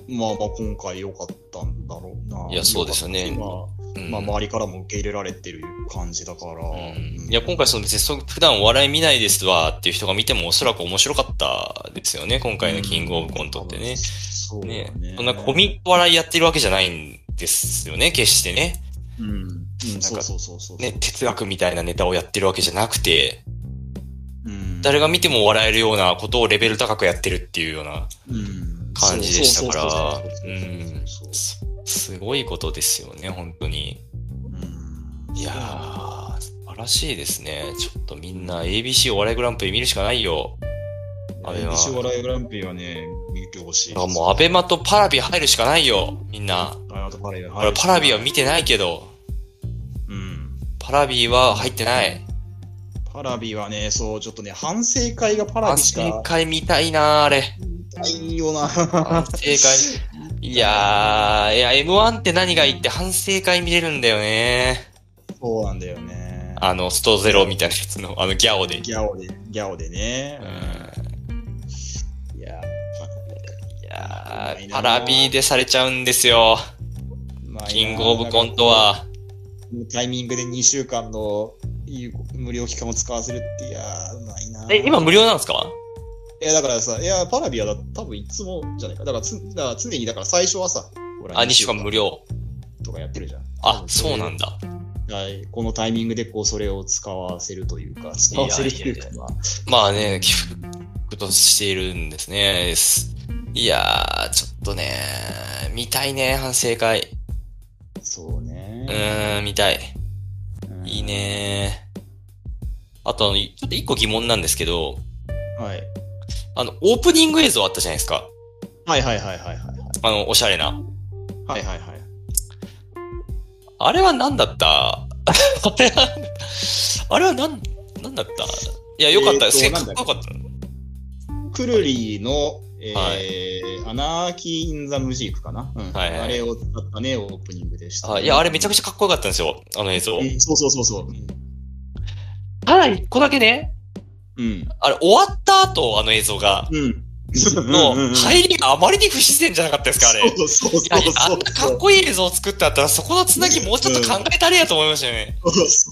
Speaker 1: まあまあ今回良かったんだろうな。
Speaker 2: いやそうですよね
Speaker 1: 良かった
Speaker 2: うん
Speaker 1: しまあ、まあ周りからも受け入れられてる感じだから。
Speaker 2: うんいや、今回その別にそ普段お笑い見ないですわっていう人が見てもおそらく面白かったですよね。今回のキングオブコントってね。
Speaker 1: そうだね
Speaker 2: ね。そんなコミック笑いやってるわけじゃないんですよね、決してね。
Speaker 1: うん、うん、そうそうそうそう。
Speaker 2: ね、哲学みたいなネタをやってるわけじゃなくて、
Speaker 1: うん、
Speaker 2: 誰が見ても笑えるようなことをレベル高くやってるっていうような
Speaker 1: うん
Speaker 2: 感じでしたから
Speaker 1: そうそうそうそうそうそうそ
Speaker 2: すすごいことですよね、本当に。
Speaker 1: ううん
Speaker 2: いやー、素晴らしいですね。ちょっとみんな ABC お笑いグランプリ見るしかないよ。あれは
Speaker 1: 西笑いグランプリはね、見てほしい。
Speaker 2: あもうアベマとパラビ入るしかないよ、みんな。
Speaker 1: あとパラビは
Speaker 2: 俺パラビは見てないけど、
Speaker 1: うん。
Speaker 2: パラビは入ってない。
Speaker 1: パラビはね、そう、ちょっとね、反省会がパラ
Speaker 2: 反
Speaker 1: ビし
Speaker 2: 省
Speaker 1: か
Speaker 2: 会見たいなあれ。
Speaker 1: ないよな。
Speaker 2: 反
Speaker 1: 反
Speaker 2: 省
Speaker 1: *laughs*
Speaker 2: 会。いやー、いや、M1 って何がいいって反省会見れるんだよね。
Speaker 1: そうなんだよね。
Speaker 2: あの、ストゼロみたいなやつの、あの、ギャオで。
Speaker 1: ギャオで、ギャオでね
Speaker 2: うん。
Speaker 1: いや、
Speaker 2: いやー、パラビでされちゃうんですよ。
Speaker 1: まあ
Speaker 2: キングオブコント。は。
Speaker 1: タイミングで2週間の有無料期間を使わせるって、いやー、うまいな。
Speaker 2: え、今無料なんですか
Speaker 1: いや、だからさ、いや、パラビはだ多分いつもじゃないか。だからつ、だから常に、だから最初はさ、ほら
Speaker 2: あ、2週間無料。
Speaker 1: とかやってるじゃん。
Speaker 2: あ、そうなんだ。
Speaker 1: はいこのタイミングでこう、それを使わせるというか、使わせるというか、まあ、
Speaker 2: まあね、起伏としているんですね。すいやー、ちょっとね、見たいね、反省会。
Speaker 1: そう
Speaker 2: う
Speaker 1: ね。
Speaker 2: ーん、見たい。
Speaker 1: うん
Speaker 2: いい。ねあと、あのちょっと一個疑問なんですけど、
Speaker 1: はい。
Speaker 2: あの、オープニング映像あったじゃないですか。
Speaker 1: はいはいはいはいはい。
Speaker 2: あの、おしゃれな。
Speaker 1: はいはいはい。
Speaker 2: あれは何だった *laughs* あれは、あれは何、何だったいや、よかった。
Speaker 1: えーと
Speaker 2: せっ
Speaker 1: な
Speaker 2: か
Speaker 1: ん
Speaker 2: く
Speaker 1: だっけ
Speaker 2: よかった。
Speaker 1: くるりの、えーアナーキー・イン・ザ・ムジークかな、うん
Speaker 2: はいはい
Speaker 1: あれを使ったね、オープニングでした、
Speaker 2: あいや、あれめちゃ
Speaker 1: くち
Speaker 2: くちゃかっこよかったんですよ。あの映像。
Speaker 1: うんそうそうそうそう。うん
Speaker 2: ただ一個だけね、
Speaker 1: うん。
Speaker 2: あれ終わった後、あの映像が。
Speaker 1: うん。
Speaker 2: の
Speaker 1: うんうんうん
Speaker 2: 入りがあまりに不自然じゃなかったですか、あれ。い
Speaker 1: そうそうそう
Speaker 2: や
Speaker 1: そう
Speaker 2: いやあんなかっこいい映像を作ったったら、そこのつなぎもうちょっと考えたれやと思いましたよね。
Speaker 1: そ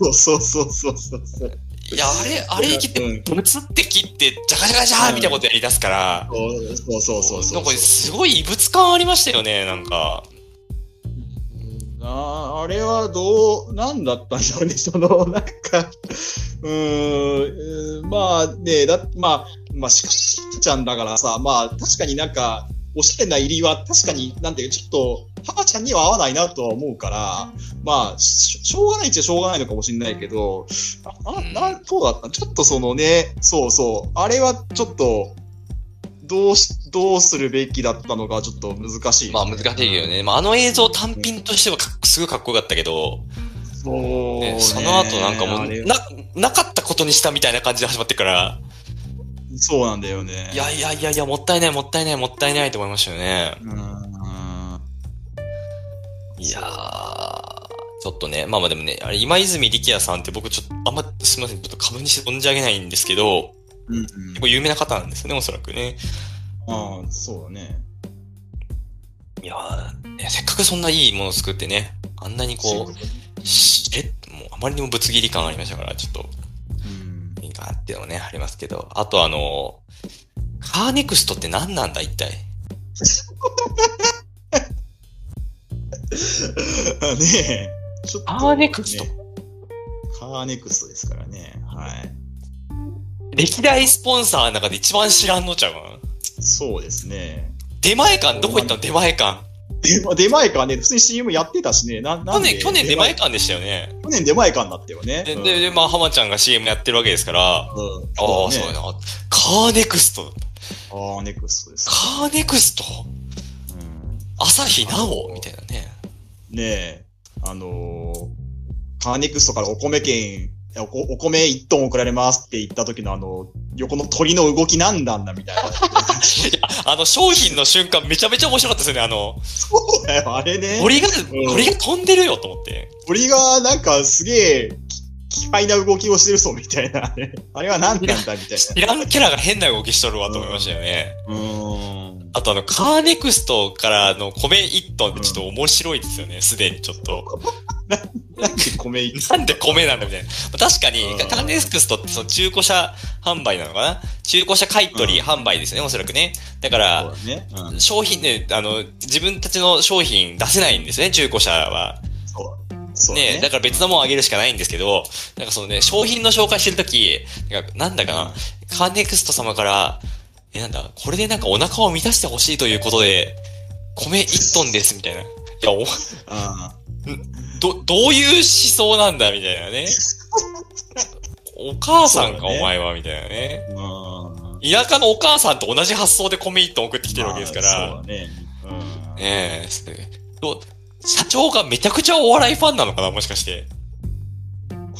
Speaker 1: うそうそうそうそうそう。
Speaker 2: いや、あれ、あれ生きて、
Speaker 1: うん
Speaker 2: ブツって切って、ジャカジャカジャーみたいなことやり出すから、
Speaker 1: そうそうそうそう。
Speaker 2: なんかすごい異物感ありましたよね、なんか。
Speaker 1: ああれはどう、なんだったんだろうね、その、なんか、うーん、まあね、だまあ、まあ、しかしちゃんだからさ、まあ、確かになんか、おしゃれな入りは確かに、なんていうかちょっと、母ちゃんには合わないなとは思うから、まあ、ししょうがないっちゃしょうがないのかもしれないけど、な、な、どうだったちょっとそのね、そうそう、あれはちょっと、どうし、どうするべきだったのか、ちょっと難しい。
Speaker 2: まあ難しいよね。まああの映像単品としてはかっすごいかっこよかったけど、
Speaker 1: そう
Speaker 2: ね
Speaker 1: ね
Speaker 2: その後なんかも
Speaker 1: あれ
Speaker 2: う、な、なかったことにしたみたいな感じで始まってから、
Speaker 1: そうなんだよね。
Speaker 2: いやいやいやいや、もったいないもったいないもったいないと思いましたよね。
Speaker 1: うん、うん
Speaker 2: いやー、ちょっとね、まあまあでもね、あれ、今泉力也さんって僕ちょっと、あんま、すみません、ちょっと株にして存じ上げないんですけど、
Speaker 1: うんうん。
Speaker 2: 結構有名な方なんですよね、おそらくね。
Speaker 1: ああ、そうだね。
Speaker 2: いやーねせっかくそんないいもの作ってね、あんなにこう、しれっもうあまりにもぶつ切り感ありましたから、ちょっと、
Speaker 1: うん。
Speaker 2: いいかなっていうのもね、ありますけど。あとあの、カーネクストって何なんだ、一体。
Speaker 1: ねえ。ちょっと、
Speaker 2: カーネクスト
Speaker 1: ねカーネクストですからね。はい。
Speaker 2: 歴代スポンサーの中で一番知らんのちゃうかな
Speaker 1: そうですね。
Speaker 2: 出前館、どこ行ったの出前館。
Speaker 1: でま出前館ね、普通に CM やってたしね。なな
Speaker 2: 去
Speaker 1: んで
Speaker 2: 年、去年出前館でしたよね。
Speaker 1: 去年出前館だったよね。
Speaker 2: で、
Speaker 1: うん
Speaker 2: で、で、まあ、浜ちゃんが CM やってるわけですから、あ
Speaker 1: うん
Speaker 2: あ、そう
Speaker 1: ね
Speaker 2: やな。カーネクスト。
Speaker 1: カーネクストです。
Speaker 2: カーネクスト
Speaker 1: うん
Speaker 2: 朝日奈央みたいなね。
Speaker 1: ねえ、あのーカーネクストからお米券、いやおこお米1トン送られますって言った時のあの、横の鳥の動きなんだんだみたいな。 *laughs*
Speaker 2: いや、あの、商品の瞬間めちゃめちゃ面白かったですよね。あの、
Speaker 1: そうだよ、あれね。
Speaker 2: 鳥が、
Speaker 1: ん
Speaker 2: 鳥が飛んでるよと思って。
Speaker 1: 鳥がなんかすげえ、き奇怪な動きをしてるぞみたいな。あれあれは何なんだみたい
Speaker 2: いらんキャラが変な動きしとるわと思いましたよね。
Speaker 1: な。うーん。
Speaker 2: あとあの、カーネクストからの米1トンってちょっと面白いですよね。すでにちょっと。
Speaker 1: なんで米い
Speaker 2: なんで米なんだみたいな。確かに
Speaker 1: うん、
Speaker 2: カーネクストってその中古車販売なのかな中古車買い取り
Speaker 1: うん
Speaker 2: 販売ですよね、おそらくね。だから、
Speaker 1: ね。うん。
Speaker 2: 商品ね、あの、自分たちの商品出せないんですよね、中古車は。
Speaker 1: そう。そうだ
Speaker 2: ね
Speaker 1: ね。
Speaker 2: だから別のもんあげるしかないんですけど、なんかそのね、商品の紹介してるとき、なんかなんだかな、カーネクスト様から、え、なんだ、これでなんかお腹を満たしてほしいということで、米1トンです、みたいな。いや、お、
Speaker 1: あ
Speaker 2: ど、どういう思想なんだ、みたいなね。お母さんか、
Speaker 1: そうだね
Speaker 2: お前は、みたいなね。
Speaker 1: ーうん。
Speaker 2: 田舎のお母さんと同じ発想で米1トン送ってき
Speaker 1: 来
Speaker 2: てるわけですから
Speaker 1: そうだ、ね。うん。
Speaker 2: ねえ、すどう社長がめちゃくちゃお笑いファンなのかな、もしかして。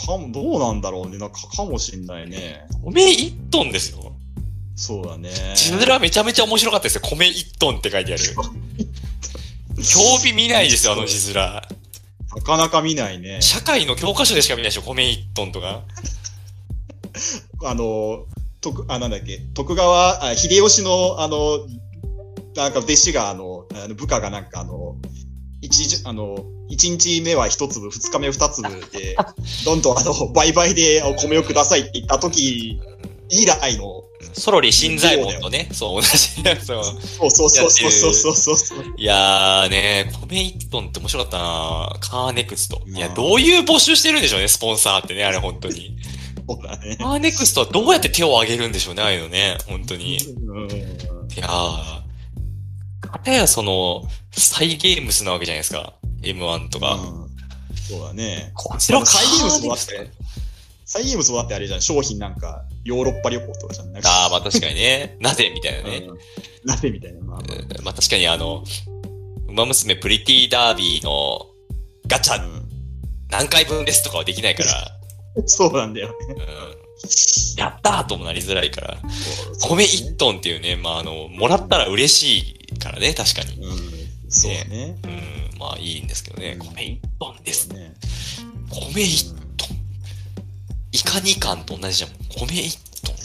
Speaker 1: かも、どうなんだろうね。なんか、かもしんないね。
Speaker 2: 米1トンですよ。
Speaker 1: そうだね。
Speaker 2: ジズラめちゃめちゃ面白かったですよ。米1トンって書いてある。興味見ないですよ、あの字面。
Speaker 1: なかなか見ないね。
Speaker 2: 社会の教科書でしか見ないでしょ、米1トンとか。
Speaker 1: あの、徳、あ、なんだっけ、徳川、あ秀吉の、あの、なんか弟子が、あの、あの部下がなんか、あの、一日、あの、一日目は一粒、二日目は二粒
Speaker 2: *laughs*
Speaker 1: で、どんどんあの、倍々でお米をくださいって言った時以来の、
Speaker 2: ソロリ新左衛門とね、そう、同じやつを。
Speaker 1: そうそうそうそうそうそうそう。
Speaker 2: いやーね、米1トンって面白かったなカーネクスト。いや、
Speaker 1: うん
Speaker 2: どういう募集してるんでしょうね、スポンサーってね、あれ本当に。
Speaker 1: そうだね。
Speaker 2: カーネクストはどうやって手を挙げるんでしょうね、ああいうのね、本当に。
Speaker 1: うん
Speaker 2: いやー。かたやその、サイゲームスなわけじゃないですか。M1 とか。
Speaker 1: うんそうだね。
Speaker 2: こちらカ
Speaker 1: サイゲームスも
Speaker 2: ーネ
Speaker 1: あ
Speaker 2: ク
Speaker 1: っ
Speaker 2: スト
Speaker 1: たよ。サイゲームスもだってあれじゃん、商品なんか、ヨーロッパ旅行とかじゃん。なんか
Speaker 2: ああ、まあ確かにね。なぜみたいなね。
Speaker 1: うんなぜみたいな。まあまあ
Speaker 2: うんまあ確かにあの、馬娘プリティダービーのガチャ何回分ですとかはできないから、
Speaker 1: うん *laughs* そうなんだよね。
Speaker 2: うん、やったーともなりづらいから、米1トンっていうね、まああの、もらったら嬉しいからね、確かに。
Speaker 1: うんそうだね。
Speaker 2: うん、まあいいんですけどね、
Speaker 1: うん
Speaker 2: 米1トンです。
Speaker 1: ね。
Speaker 2: 米1トン。イカ2貫と同じじゃん。米1トン。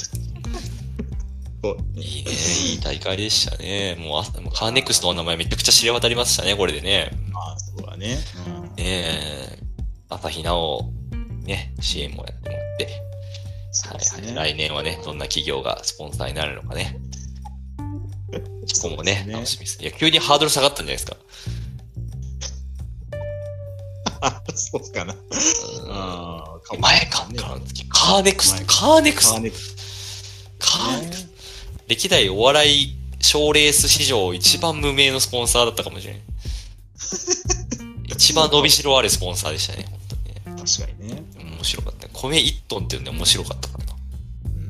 Speaker 1: そう
Speaker 2: いいね、いい大会でしたね。もうあ、もうカーネクストの名前めちゃくちゃ知れ渡りましたね、これでね。
Speaker 1: まあ、そうだね。うん
Speaker 2: ねえ、朝日奈央、ね、CM をやってもらって、
Speaker 1: そうです
Speaker 2: はい
Speaker 1: ね
Speaker 2: はい、来年はね、どんな企業がスポンサーになるのかね。そこも
Speaker 1: そ
Speaker 2: ね
Speaker 1: うです、ね
Speaker 2: 楽しみです。いや、急にハードル下がったんじゃないですか。
Speaker 1: あ *laughs* そうかな。
Speaker 2: うん
Speaker 1: ああ、
Speaker 2: 前か、
Speaker 1: ね
Speaker 2: かカーネクス
Speaker 1: 前
Speaker 2: ト、カーネク
Speaker 1: カ
Speaker 2: ス
Speaker 1: ー
Speaker 2: ト、
Speaker 1: ネクス
Speaker 2: カ
Speaker 1: ト
Speaker 2: ーネ
Speaker 1: ね
Speaker 2: クスト。歴代お笑い賞レース史上一番無名のスポンサーだったかもしれない。一番伸びしろあるスポンサーでしたね、本当にね。
Speaker 1: 確かにね。
Speaker 2: 面白かった。米1トンっていうのね、面白かったからな。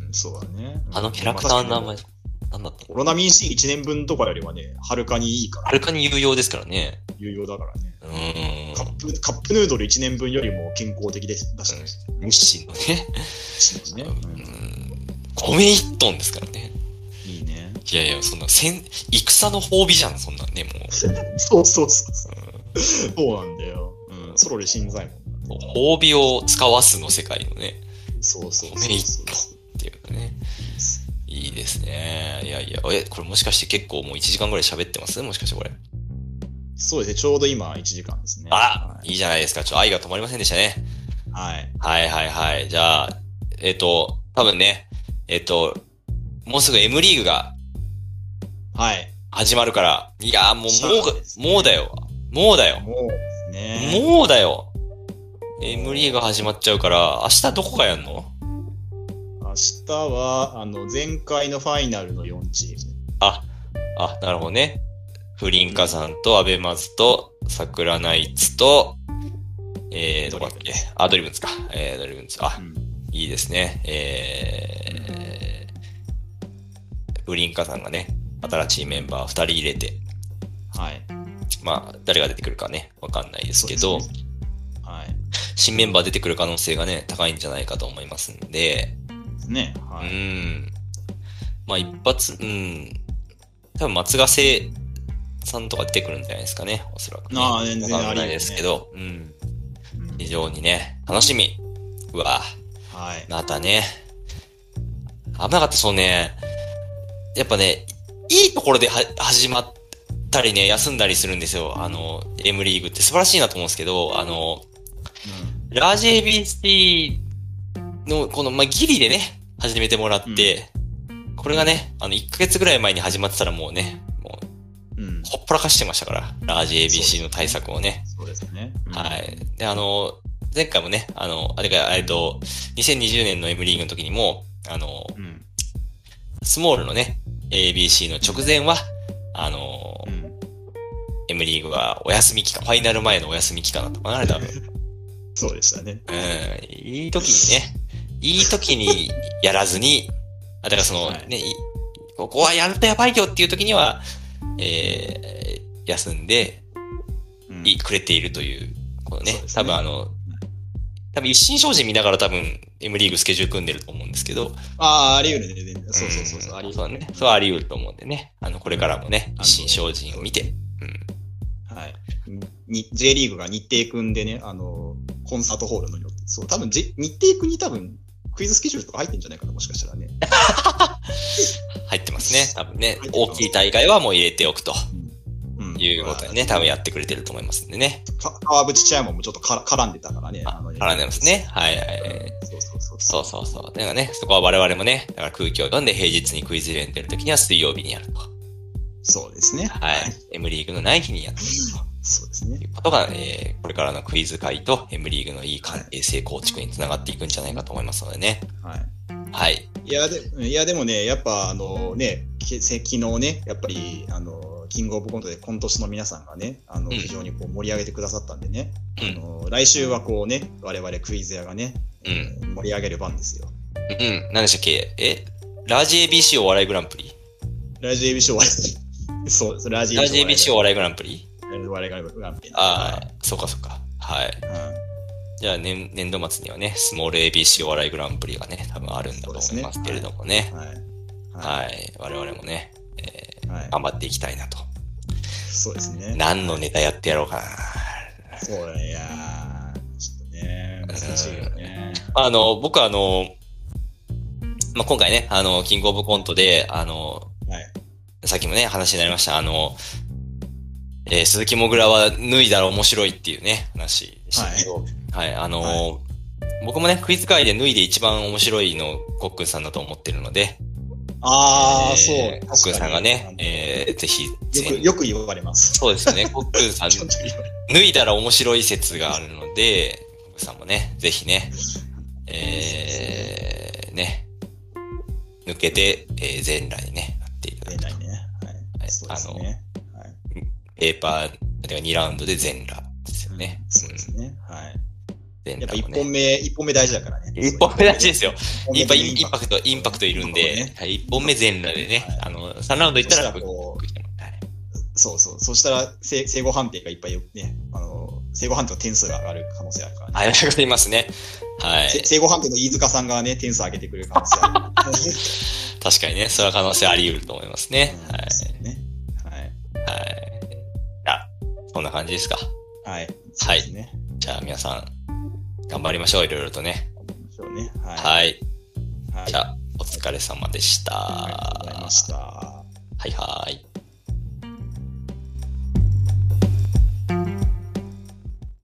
Speaker 1: うん、そうだね。
Speaker 2: あのキャラクターの名前、なんだった
Speaker 1: コロナ民主1年分とかよりはね、はるかにいいから、
Speaker 2: はるかに有用ですからね。
Speaker 1: 有用だからね。
Speaker 2: うーん。
Speaker 1: カップ、カップヌードル1年分よりも健康的です。だし、
Speaker 2: 日清のね。
Speaker 1: しね。
Speaker 2: う
Speaker 1: うん
Speaker 2: ん。米1トンですからね。
Speaker 1: いいね。
Speaker 2: いやいや、そんな、戦、戦の褒美じゃん、そんなんね、もう。
Speaker 1: そうそうそうそう。そうなんだよ。うん、ソロで新左衛門なんで。
Speaker 2: 褒美を使わすの世界のね、
Speaker 1: そうそうそう
Speaker 2: 褒め一
Speaker 1: そう
Speaker 2: 個っていうかね。いいですね。いやいや、え、これもしかして結構もう1時間ぐらい喋ってますもしかしてこれ。
Speaker 1: そうですね、ちょうど今1時間ですね。
Speaker 2: あ
Speaker 1: は、い
Speaker 2: いいじゃないですか。ちょっと愛が止まりませんでしたね。
Speaker 1: はい。
Speaker 2: はいはいはい。じゃあ、えっ、と、多分ね、えっ、と、もうすぐ M リーグが
Speaker 1: はい。
Speaker 2: 始まるから、いやーも
Speaker 1: そう
Speaker 2: う、も
Speaker 1: で
Speaker 2: うが、
Speaker 1: すね
Speaker 2: もうだよ。もうだよ。
Speaker 1: もうですね。
Speaker 2: もうだよ。M リーグ始まっちゃうから、明日どこがやんの
Speaker 1: 明日は、あの、前回のファイナルの4チーム。
Speaker 2: あ、あ、なるほどね。フリンカさんとアベマズと、桜ナイツと、えー、どこだっけあ、ドリブンズか。えー、ドリブンズ。あ
Speaker 1: う、ん
Speaker 2: いいですね。えー、ブリンカさんがね、新しいメンバー2人入れて、
Speaker 1: はい。
Speaker 2: まあ、誰が出てくるかね、わかんないですけ
Speaker 1: そ
Speaker 2: ど
Speaker 1: う、ですねはい。
Speaker 2: 新メンバー出てくる可能性がね、高いんじゃないかと思いますんで、
Speaker 1: ですね。は
Speaker 2: う
Speaker 1: い。
Speaker 2: ん。まあ、一発、うん。多分松ヶ瀬さんとか出てくるんじゃないですかね、おそらく、ね。
Speaker 1: ああ全然
Speaker 2: わかんな
Speaker 1: ありえ
Speaker 2: い
Speaker 1: るね
Speaker 2: ですけど、うん。
Speaker 1: うん
Speaker 2: 非常にね、楽しみ。うわぁ。
Speaker 1: はい。
Speaker 2: またね、危なかった、そうね、やっぱね、いいところでは始まったりね、休んだりするんですよ。あの、M リーグって素晴らしいなと思うんですけど、あの、ラージ ABC の、この、まあ、ギリでね、始めてもらって、これがね、あの、1ヶ月ぐらい前に始まってたらもうね、もう、
Speaker 1: うん。うん。
Speaker 2: ほっぽらかしてましたから、ラージ ABC の対策をね。
Speaker 1: そうですね。うん
Speaker 2: はい。で、あの、前回もね、あの、あれが、えっと、2020年の M リーグの時にも、あの、
Speaker 1: うん。
Speaker 2: スモールのね、ABC の直前は、あの
Speaker 1: う、ん。
Speaker 2: M リーグはお休み期間、ファイナル前のお休み期間だったかな、あれ多分。
Speaker 1: そうでしたね。
Speaker 2: うん、いい時にね、いい時にやらずに、あ、だからその、
Speaker 1: はい
Speaker 2: ね、いここはやるとやばいよっていう時には、えー、休んで、
Speaker 1: うん
Speaker 2: いくれているという、このね
Speaker 1: そうですね
Speaker 2: 多分あの、多分一心精進見ながら多分 M リーグスケジュール組んでると思うんですけど、
Speaker 1: ああ、あり得るね。全然そうそうそう。そうんあり
Speaker 2: そう
Speaker 1: 得
Speaker 2: だ
Speaker 1: る
Speaker 2: ね。そうあり得ると思うんでね、あの、これからもね、
Speaker 1: あの
Speaker 2: 一心精進を見て、うん。
Speaker 1: はい。に J リーグが日程組んでね、あの、コンサートホールのよそう、多分、J、日程組に多分、クイズスケジュールとか入ってんじゃないかな、もしかしたらね。
Speaker 2: 入ってますね。多分
Speaker 1: 入
Speaker 2: ね
Speaker 1: って、ます
Speaker 2: 大きい大会はもう入れておくと
Speaker 1: うん。うん
Speaker 2: いうことでね、多分やってくれてると思いますんでね。
Speaker 1: か川淵チェアマンもちょっとから絡んでたからね。あの
Speaker 2: 絡んでます。ね。はいはいはい。
Speaker 1: そうそうそう。
Speaker 2: そうそうそう。だからね、そこは我々もね、だから空気を読んで平日にクイズイベントやるときには水曜日にやると。
Speaker 1: そうですね。
Speaker 2: はい。M リーグのない日にやっている
Speaker 1: そうですね
Speaker 2: とい。うことが、えーこれからのクイズ会と M リーグのいい関係性構築につながっていくんじゃないかと思いますのでね。
Speaker 1: はい。
Speaker 2: はい。
Speaker 1: いやでいやでもね、やっぱあのね、けせ昨日ね、やっぱりあのキングオブコントで今年の皆さんがね、あの
Speaker 2: うん
Speaker 1: 非常にこう盛り上げてくださったんでね、
Speaker 2: うん
Speaker 1: あの来週はこうね、我々クイズ屋がね、
Speaker 2: うん。
Speaker 1: 盛り上げる番ですよ。
Speaker 2: うん。何でしたっけえラージ ABC お笑いグランプリ
Speaker 1: ラジ ABC お笑い。 *laughs* そうです、ラジ
Speaker 2: ラージ ABC お
Speaker 1: を
Speaker 2: 笑いグランプリ
Speaker 1: 我々がグランプリ。
Speaker 2: ああ、そうかそうか。はい。
Speaker 1: はい
Speaker 2: じゃあ年、年度末にはね、スモール ABC お笑いグランプリがね、多分あるんだと思いますけれどもね。
Speaker 1: うん。はい。は
Speaker 2: はい。我々もね、え
Speaker 1: い。はい
Speaker 2: ー頑張っていきたいなと。
Speaker 1: そうですね。
Speaker 2: 何のネタやってやろうかな。
Speaker 1: そうだねいやーちょっとね、難しいよね。
Speaker 2: あの、僕あの、まあ、今回ね、あの、キングオブコントで、あの、
Speaker 1: はい。
Speaker 2: さっきもね、話になりました、あの、えー鈴木もぐらは脱いだら面白いっていうね、話でしたけど、はい、あの、
Speaker 1: は
Speaker 2: 僕もね、クイズ界で脱いで一番面白いの、コックンさんだと思ってるので、
Speaker 1: ああ、
Speaker 2: えー
Speaker 1: そう。
Speaker 2: コックンさんがね、えーぜひ、
Speaker 1: よ
Speaker 2: 全
Speaker 1: くよく言われます。
Speaker 2: そうですよね、コックンさ
Speaker 1: *laughs*
Speaker 2: ん、
Speaker 1: ちょっと言われ
Speaker 2: 脱いだら面白い説があるので、奥さんもね、ぜひね、えー、ね、抜けて、えー、全裸にね、なっていただくと
Speaker 1: ない。ね。は
Speaker 2: はい
Speaker 1: い。そうですね。はい。
Speaker 2: ペーパー、例えば2ラウンドで全裸ですよね。
Speaker 1: そうですね。はい。
Speaker 2: 全
Speaker 1: やっぱ
Speaker 2: 裸
Speaker 1: 一
Speaker 2: も
Speaker 1: 本
Speaker 2: ね。
Speaker 1: 目、一本目大事だからね。
Speaker 2: 一本目大事ですよ。
Speaker 1: 一
Speaker 2: やっぱ
Speaker 1: 本目
Speaker 2: インパクト、インパクトいるん
Speaker 1: インパ
Speaker 2: で
Speaker 1: ク、
Speaker 2: はい一本目全裸でね
Speaker 1: はい、
Speaker 2: あの、3ラウンドいったら、
Speaker 1: そしたらこ
Speaker 2: はい
Speaker 1: そうそう。そしたら、正正誤判定がいっぱいよね、あの、正誤判定の点数が上がる可能性あるからね。
Speaker 2: あ、やりたくなりますね。はい。
Speaker 1: せ正誤判定の飯塚さんがね、点数上げてくれる可能
Speaker 2: *laughs*
Speaker 1: 性ある。
Speaker 2: 確かにね、それは可能性あり得ると思いますね。
Speaker 1: うん
Speaker 2: はい。
Speaker 1: そうねはい。
Speaker 2: はい。あ、そんな感じですか。
Speaker 1: はい。そうですね。
Speaker 2: じゃあ皆さん、頑張りましょう。いろいろとね。
Speaker 1: でしょうね。はい。
Speaker 2: はい。
Speaker 1: はい
Speaker 2: じゃあ、お疲れ様でした。
Speaker 1: ありがとうございました。
Speaker 2: はいはい。